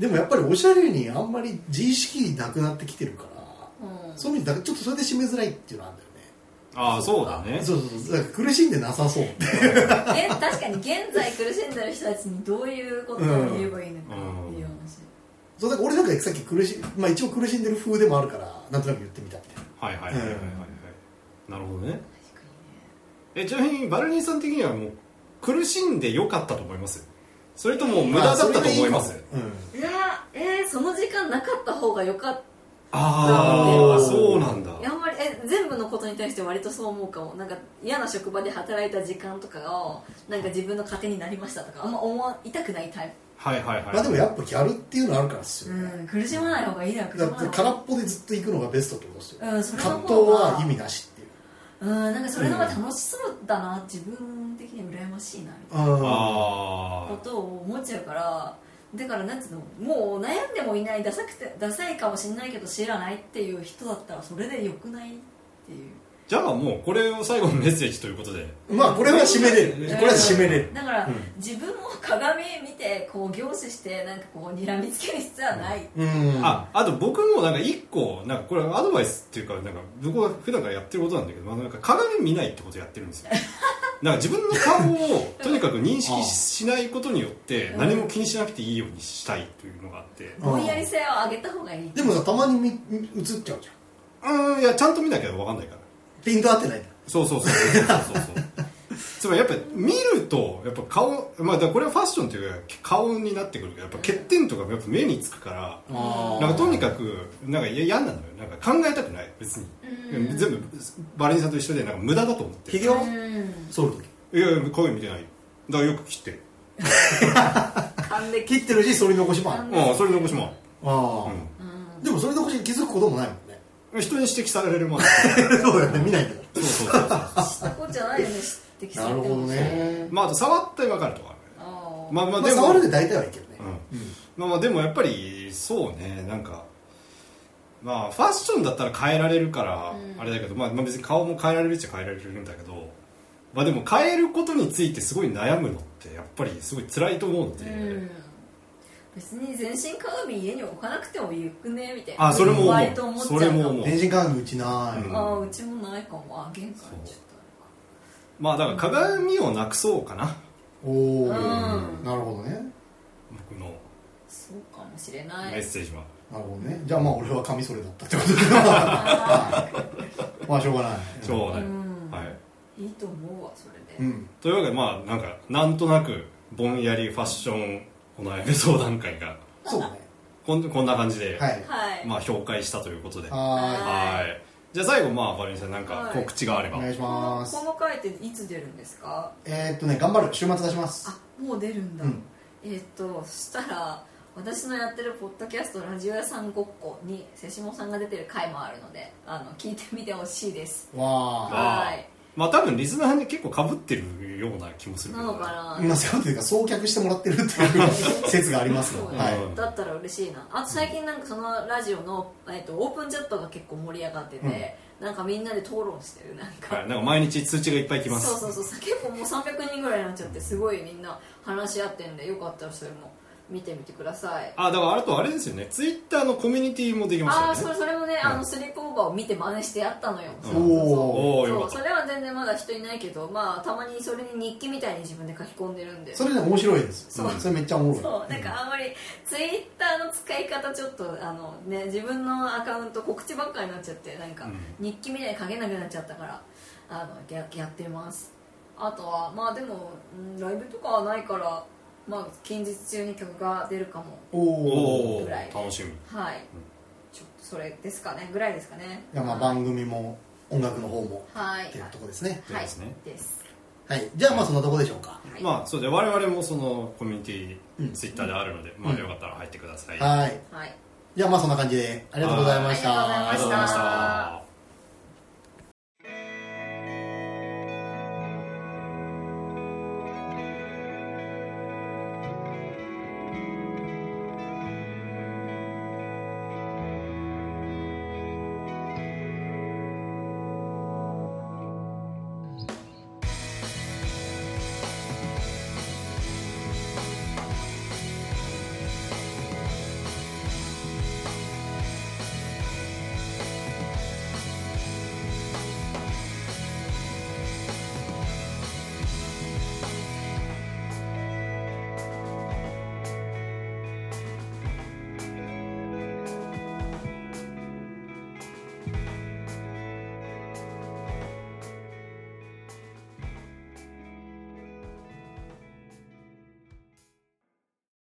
Speaker 3: え
Speaker 2: でもやっぱりおしゃれにあんまり自意識なくなってきてるから
Speaker 3: ーなんか
Speaker 2: そういう意味でだからちょっとそれで締めづらいっていうのはあるんだよね
Speaker 1: ああそうだね
Speaker 2: そうそうそうだから苦しんでなさそう
Speaker 3: うんえ確かに現在苦しんでる人たちにどういうことを言えばいいのかっていう話、
Speaker 2: そうだから俺なんかさっき苦し、まあ、一応苦しんでる風でもあるからなんとなく言ってみたみたいな
Speaker 1: はいはいはいはいはいはいなるほどね
Speaker 3: 確か
Speaker 1: えちなみにバルニーさん的にはもう苦しんでよかったと思いますそれとも無駄だったと思います
Speaker 2: あそれでいいかも
Speaker 3: にねいやえーその時間なかった方がよかった
Speaker 1: ああ
Speaker 2: うん
Speaker 1: そうなんだ
Speaker 3: いやあんまりえ全部のことに対して割とそう思うかもなんか嫌な職場で働いた時間とかをなんか自分の糧になりましたとかあんま思いたくないタイ
Speaker 1: はいはいはい
Speaker 2: まあでもやっぱギャルっていうのはあるからです
Speaker 3: プ、
Speaker 2: よね、
Speaker 3: うん、苦しまない方がいいな苦し
Speaker 2: だ
Speaker 3: ま
Speaker 2: っ
Speaker 3: ない
Speaker 2: て
Speaker 3: 方
Speaker 2: 空
Speaker 3: が
Speaker 2: っぽでずっと行くのがベストってことですよ、
Speaker 3: うんそれの
Speaker 2: 葛
Speaker 3: 方が
Speaker 2: 藤は意味なしっていう
Speaker 3: うんなんかそれの方が楽しそうだな、自分的に羨ましいなみたい
Speaker 2: あ
Speaker 1: あ
Speaker 3: な
Speaker 1: あ
Speaker 3: ことを思っちゃうからだからなんつうのもう悩んでもいないダサくてダサいかもしんないけど知らないっていう人だったらそれでよくないっていう
Speaker 1: じゃあもうこれを最後のメッセージということで
Speaker 2: まあこれは締めれる、
Speaker 1: うん
Speaker 2: これは締めれる、
Speaker 3: だから、
Speaker 2: うん
Speaker 3: 自分も鏡見てこう凝視してなんかこう睨みつける必要はない、
Speaker 2: うん、
Speaker 1: ああと僕もなんか一個なんかこれアドバイスっていうかなんか僕は普段からやってることなんだけど、まあ、なんか鏡見ないってことやってるんですよなんか自分の顔をとにかく認識ししないことによって
Speaker 3: うん
Speaker 1: 何も気にしなくていいようにしたいというのがあって
Speaker 2: ん
Speaker 3: ぼんやり性を上げた方がいい
Speaker 2: でもさたまにみ映っちゃうじゃん
Speaker 1: うんいやちゃんと見なきゃ分かんないから
Speaker 2: ピント合ってないんだ
Speaker 1: そうそうそうそうそうそうそう つまりやっぱ見るとやっぱ顔まあだからこれはファッションというよりは顔になってくるけどやっぱ欠点とかがやっぱ目につくから
Speaker 3: あー
Speaker 1: なんかとにか
Speaker 2: く
Speaker 1: くなんかいや嫌なのよなんか考えたくない別に
Speaker 3: うん
Speaker 1: 全部バレンさんと一緒でなんか無駄だと思って
Speaker 2: ひ
Speaker 1: る
Speaker 2: げを
Speaker 3: うん
Speaker 2: 剃るとき
Speaker 1: いやいや声見てないだからよく切ってる
Speaker 3: 還暦
Speaker 2: 切ってるし剃り残しもある
Speaker 3: う
Speaker 2: あ
Speaker 3: ん
Speaker 1: うんそれ残しも
Speaker 2: あ
Speaker 1: ある、
Speaker 3: うん
Speaker 2: でもそれ残しに気づくこともないもんね
Speaker 1: うん、人に指摘されるまで
Speaker 2: そうだよね見ないけど
Speaker 1: そうそうそうそう
Speaker 3: したことじゃないよね指摘さ
Speaker 2: な
Speaker 3: れ
Speaker 2: る
Speaker 3: て
Speaker 2: ほど
Speaker 3: も
Speaker 2: ね
Speaker 1: まああと触って分かるとかあ
Speaker 3: あ
Speaker 1: る
Speaker 3: ー
Speaker 1: まあま
Speaker 2: ま
Speaker 1: あ
Speaker 2: あ、
Speaker 1: でも、
Speaker 2: 触るで大体はいけるね、
Speaker 1: う
Speaker 2: うん
Speaker 1: まあまあでもやっぱりそうねなんかまあファッションだったら変えられるから
Speaker 3: うん
Speaker 1: あれだけど、まあ、まあ別に顔も変えられるっちゃ変えられるんだけどまあでも変えることについてすごい悩むのってやっぱりすごい辛いと思うんで、
Speaker 3: うん別に全身鏡家に置かなくてもよくねみたいな
Speaker 1: あそれも思う
Speaker 3: 割と思っちゃう
Speaker 1: それも思う
Speaker 2: 電子鏡うちない、
Speaker 1: うん
Speaker 3: ああうちもないかもあ玄関にちょっ
Speaker 1: まあだから鏡をなくそうかな
Speaker 2: おお、
Speaker 3: うん
Speaker 2: なるほどね
Speaker 1: 僕の
Speaker 3: とそうかもしれな
Speaker 1: メッ
Speaker 3: い
Speaker 1: セージは、
Speaker 2: なるほどねじゃあまあ俺は髪それだったって ことまあしょうがない
Speaker 1: しょうがない、
Speaker 3: う ん
Speaker 1: はい、
Speaker 3: いいと思うわそれで
Speaker 2: うん
Speaker 1: というわけでまあなんかなんとなくぼんやりファッションお悩み相談会が
Speaker 2: そうだね
Speaker 1: こんこんな感じで、
Speaker 2: はい
Speaker 3: はい
Speaker 1: まあ評価したということでは
Speaker 2: はい
Speaker 3: はい
Speaker 1: じゃあ最後まあバルニーさんなんか告知があれば、
Speaker 2: お願いし
Speaker 3: この
Speaker 2: ます
Speaker 3: この回っていつ出るんですか
Speaker 2: えー、っとね頑張る週末出します
Speaker 3: あもう出るんだ、
Speaker 2: うん
Speaker 3: えーっとそしたら私のやってるポッドキャスト「ラジオ屋さんごっこ」に瀬下さんが出てる回もあるのであの聞いてみてほしいです
Speaker 2: わ
Speaker 1: あー
Speaker 3: はい
Speaker 1: まあ多分リスナーに結構かぶってるような気もするけ
Speaker 3: な
Speaker 1: ど
Speaker 3: のか
Speaker 2: あ
Speaker 3: な
Speaker 2: 今そういうというか送客してもらってるって いう説があります
Speaker 3: そう
Speaker 2: が、
Speaker 3: ね
Speaker 2: はい
Speaker 1: うん
Speaker 3: だったら嬉しいなあと最近なんかそのラジオの、えーっとオープンチャットが結構盛り上がってて、なんかみんなで討論してるなんか、
Speaker 1: はい、なんか毎日通知がいっぱい来ます
Speaker 3: そうそうそうそう結構もう300人ぐらいになっちゃってすごいみんな話し合ってんでよかったらそれも見てみてください
Speaker 1: あだからあとあれですよねツイッターのコミュニティもできましたよ
Speaker 3: あ
Speaker 1: ね
Speaker 3: あそれそれもね、あ
Speaker 1: うん
Speaker 3: のスリップオーバーを見て真似してやったのよ、
Speaker 1: うん
Speaker 3: そうそうそう
Speaker 1: おー
Speaker 3: そう
Speaker 1: よかった
Speaker 3: それは全然まだ人いないけどまあたまにそれに日記みたいに自分で書き込んでるんで
Speaker 2: それね面白いです
Speaker 3: そう
Speaker 2: それめっちゃおもろい
Speaker 3: そうなんかあんまりツイッターの使い方ちょっとあのね自分のアカウント告知ばっかりになっちゃってなんか
Speaker 1: う
Speaker 3: 日記みたいに書けなくなっちゃったからあのややってますあとはまあでも、うん、ライブとかはないからまあ近日中に曲が出るかも
Speaker 2: お
Speaker 1: お
Speaker 2: おー
Speaker 1: お
Speaker 3: ぐらい
Speaker 1: 楽しみ
Speaker 3: はい、ちょっとそれですかねぐらいですかね
Speaker 2: いやまあ番組も音楽の方も
Speaker 3: はい
Speaker 2: っていうとこですね
Speaker 1: で
Speaker 3: はい
Speaker 1: すね
Speaker 3: です
Speaker 2: はいじゃあまあそんなとこでしょうか
Speaker 3: はい
Speaker 1: まあそうで我々もそのコミュニティ、
Speaker 2: うん
Speaker 1: ツイッターであるので、まあ
Speaker 2: うん
Speaker 1: よかったら入ってください、
Speaker 2: はい
Speaker 3: はい
Speaker 2: じゃあまあそんな感じでありがとうございました
Speaker 3: ありがとうございました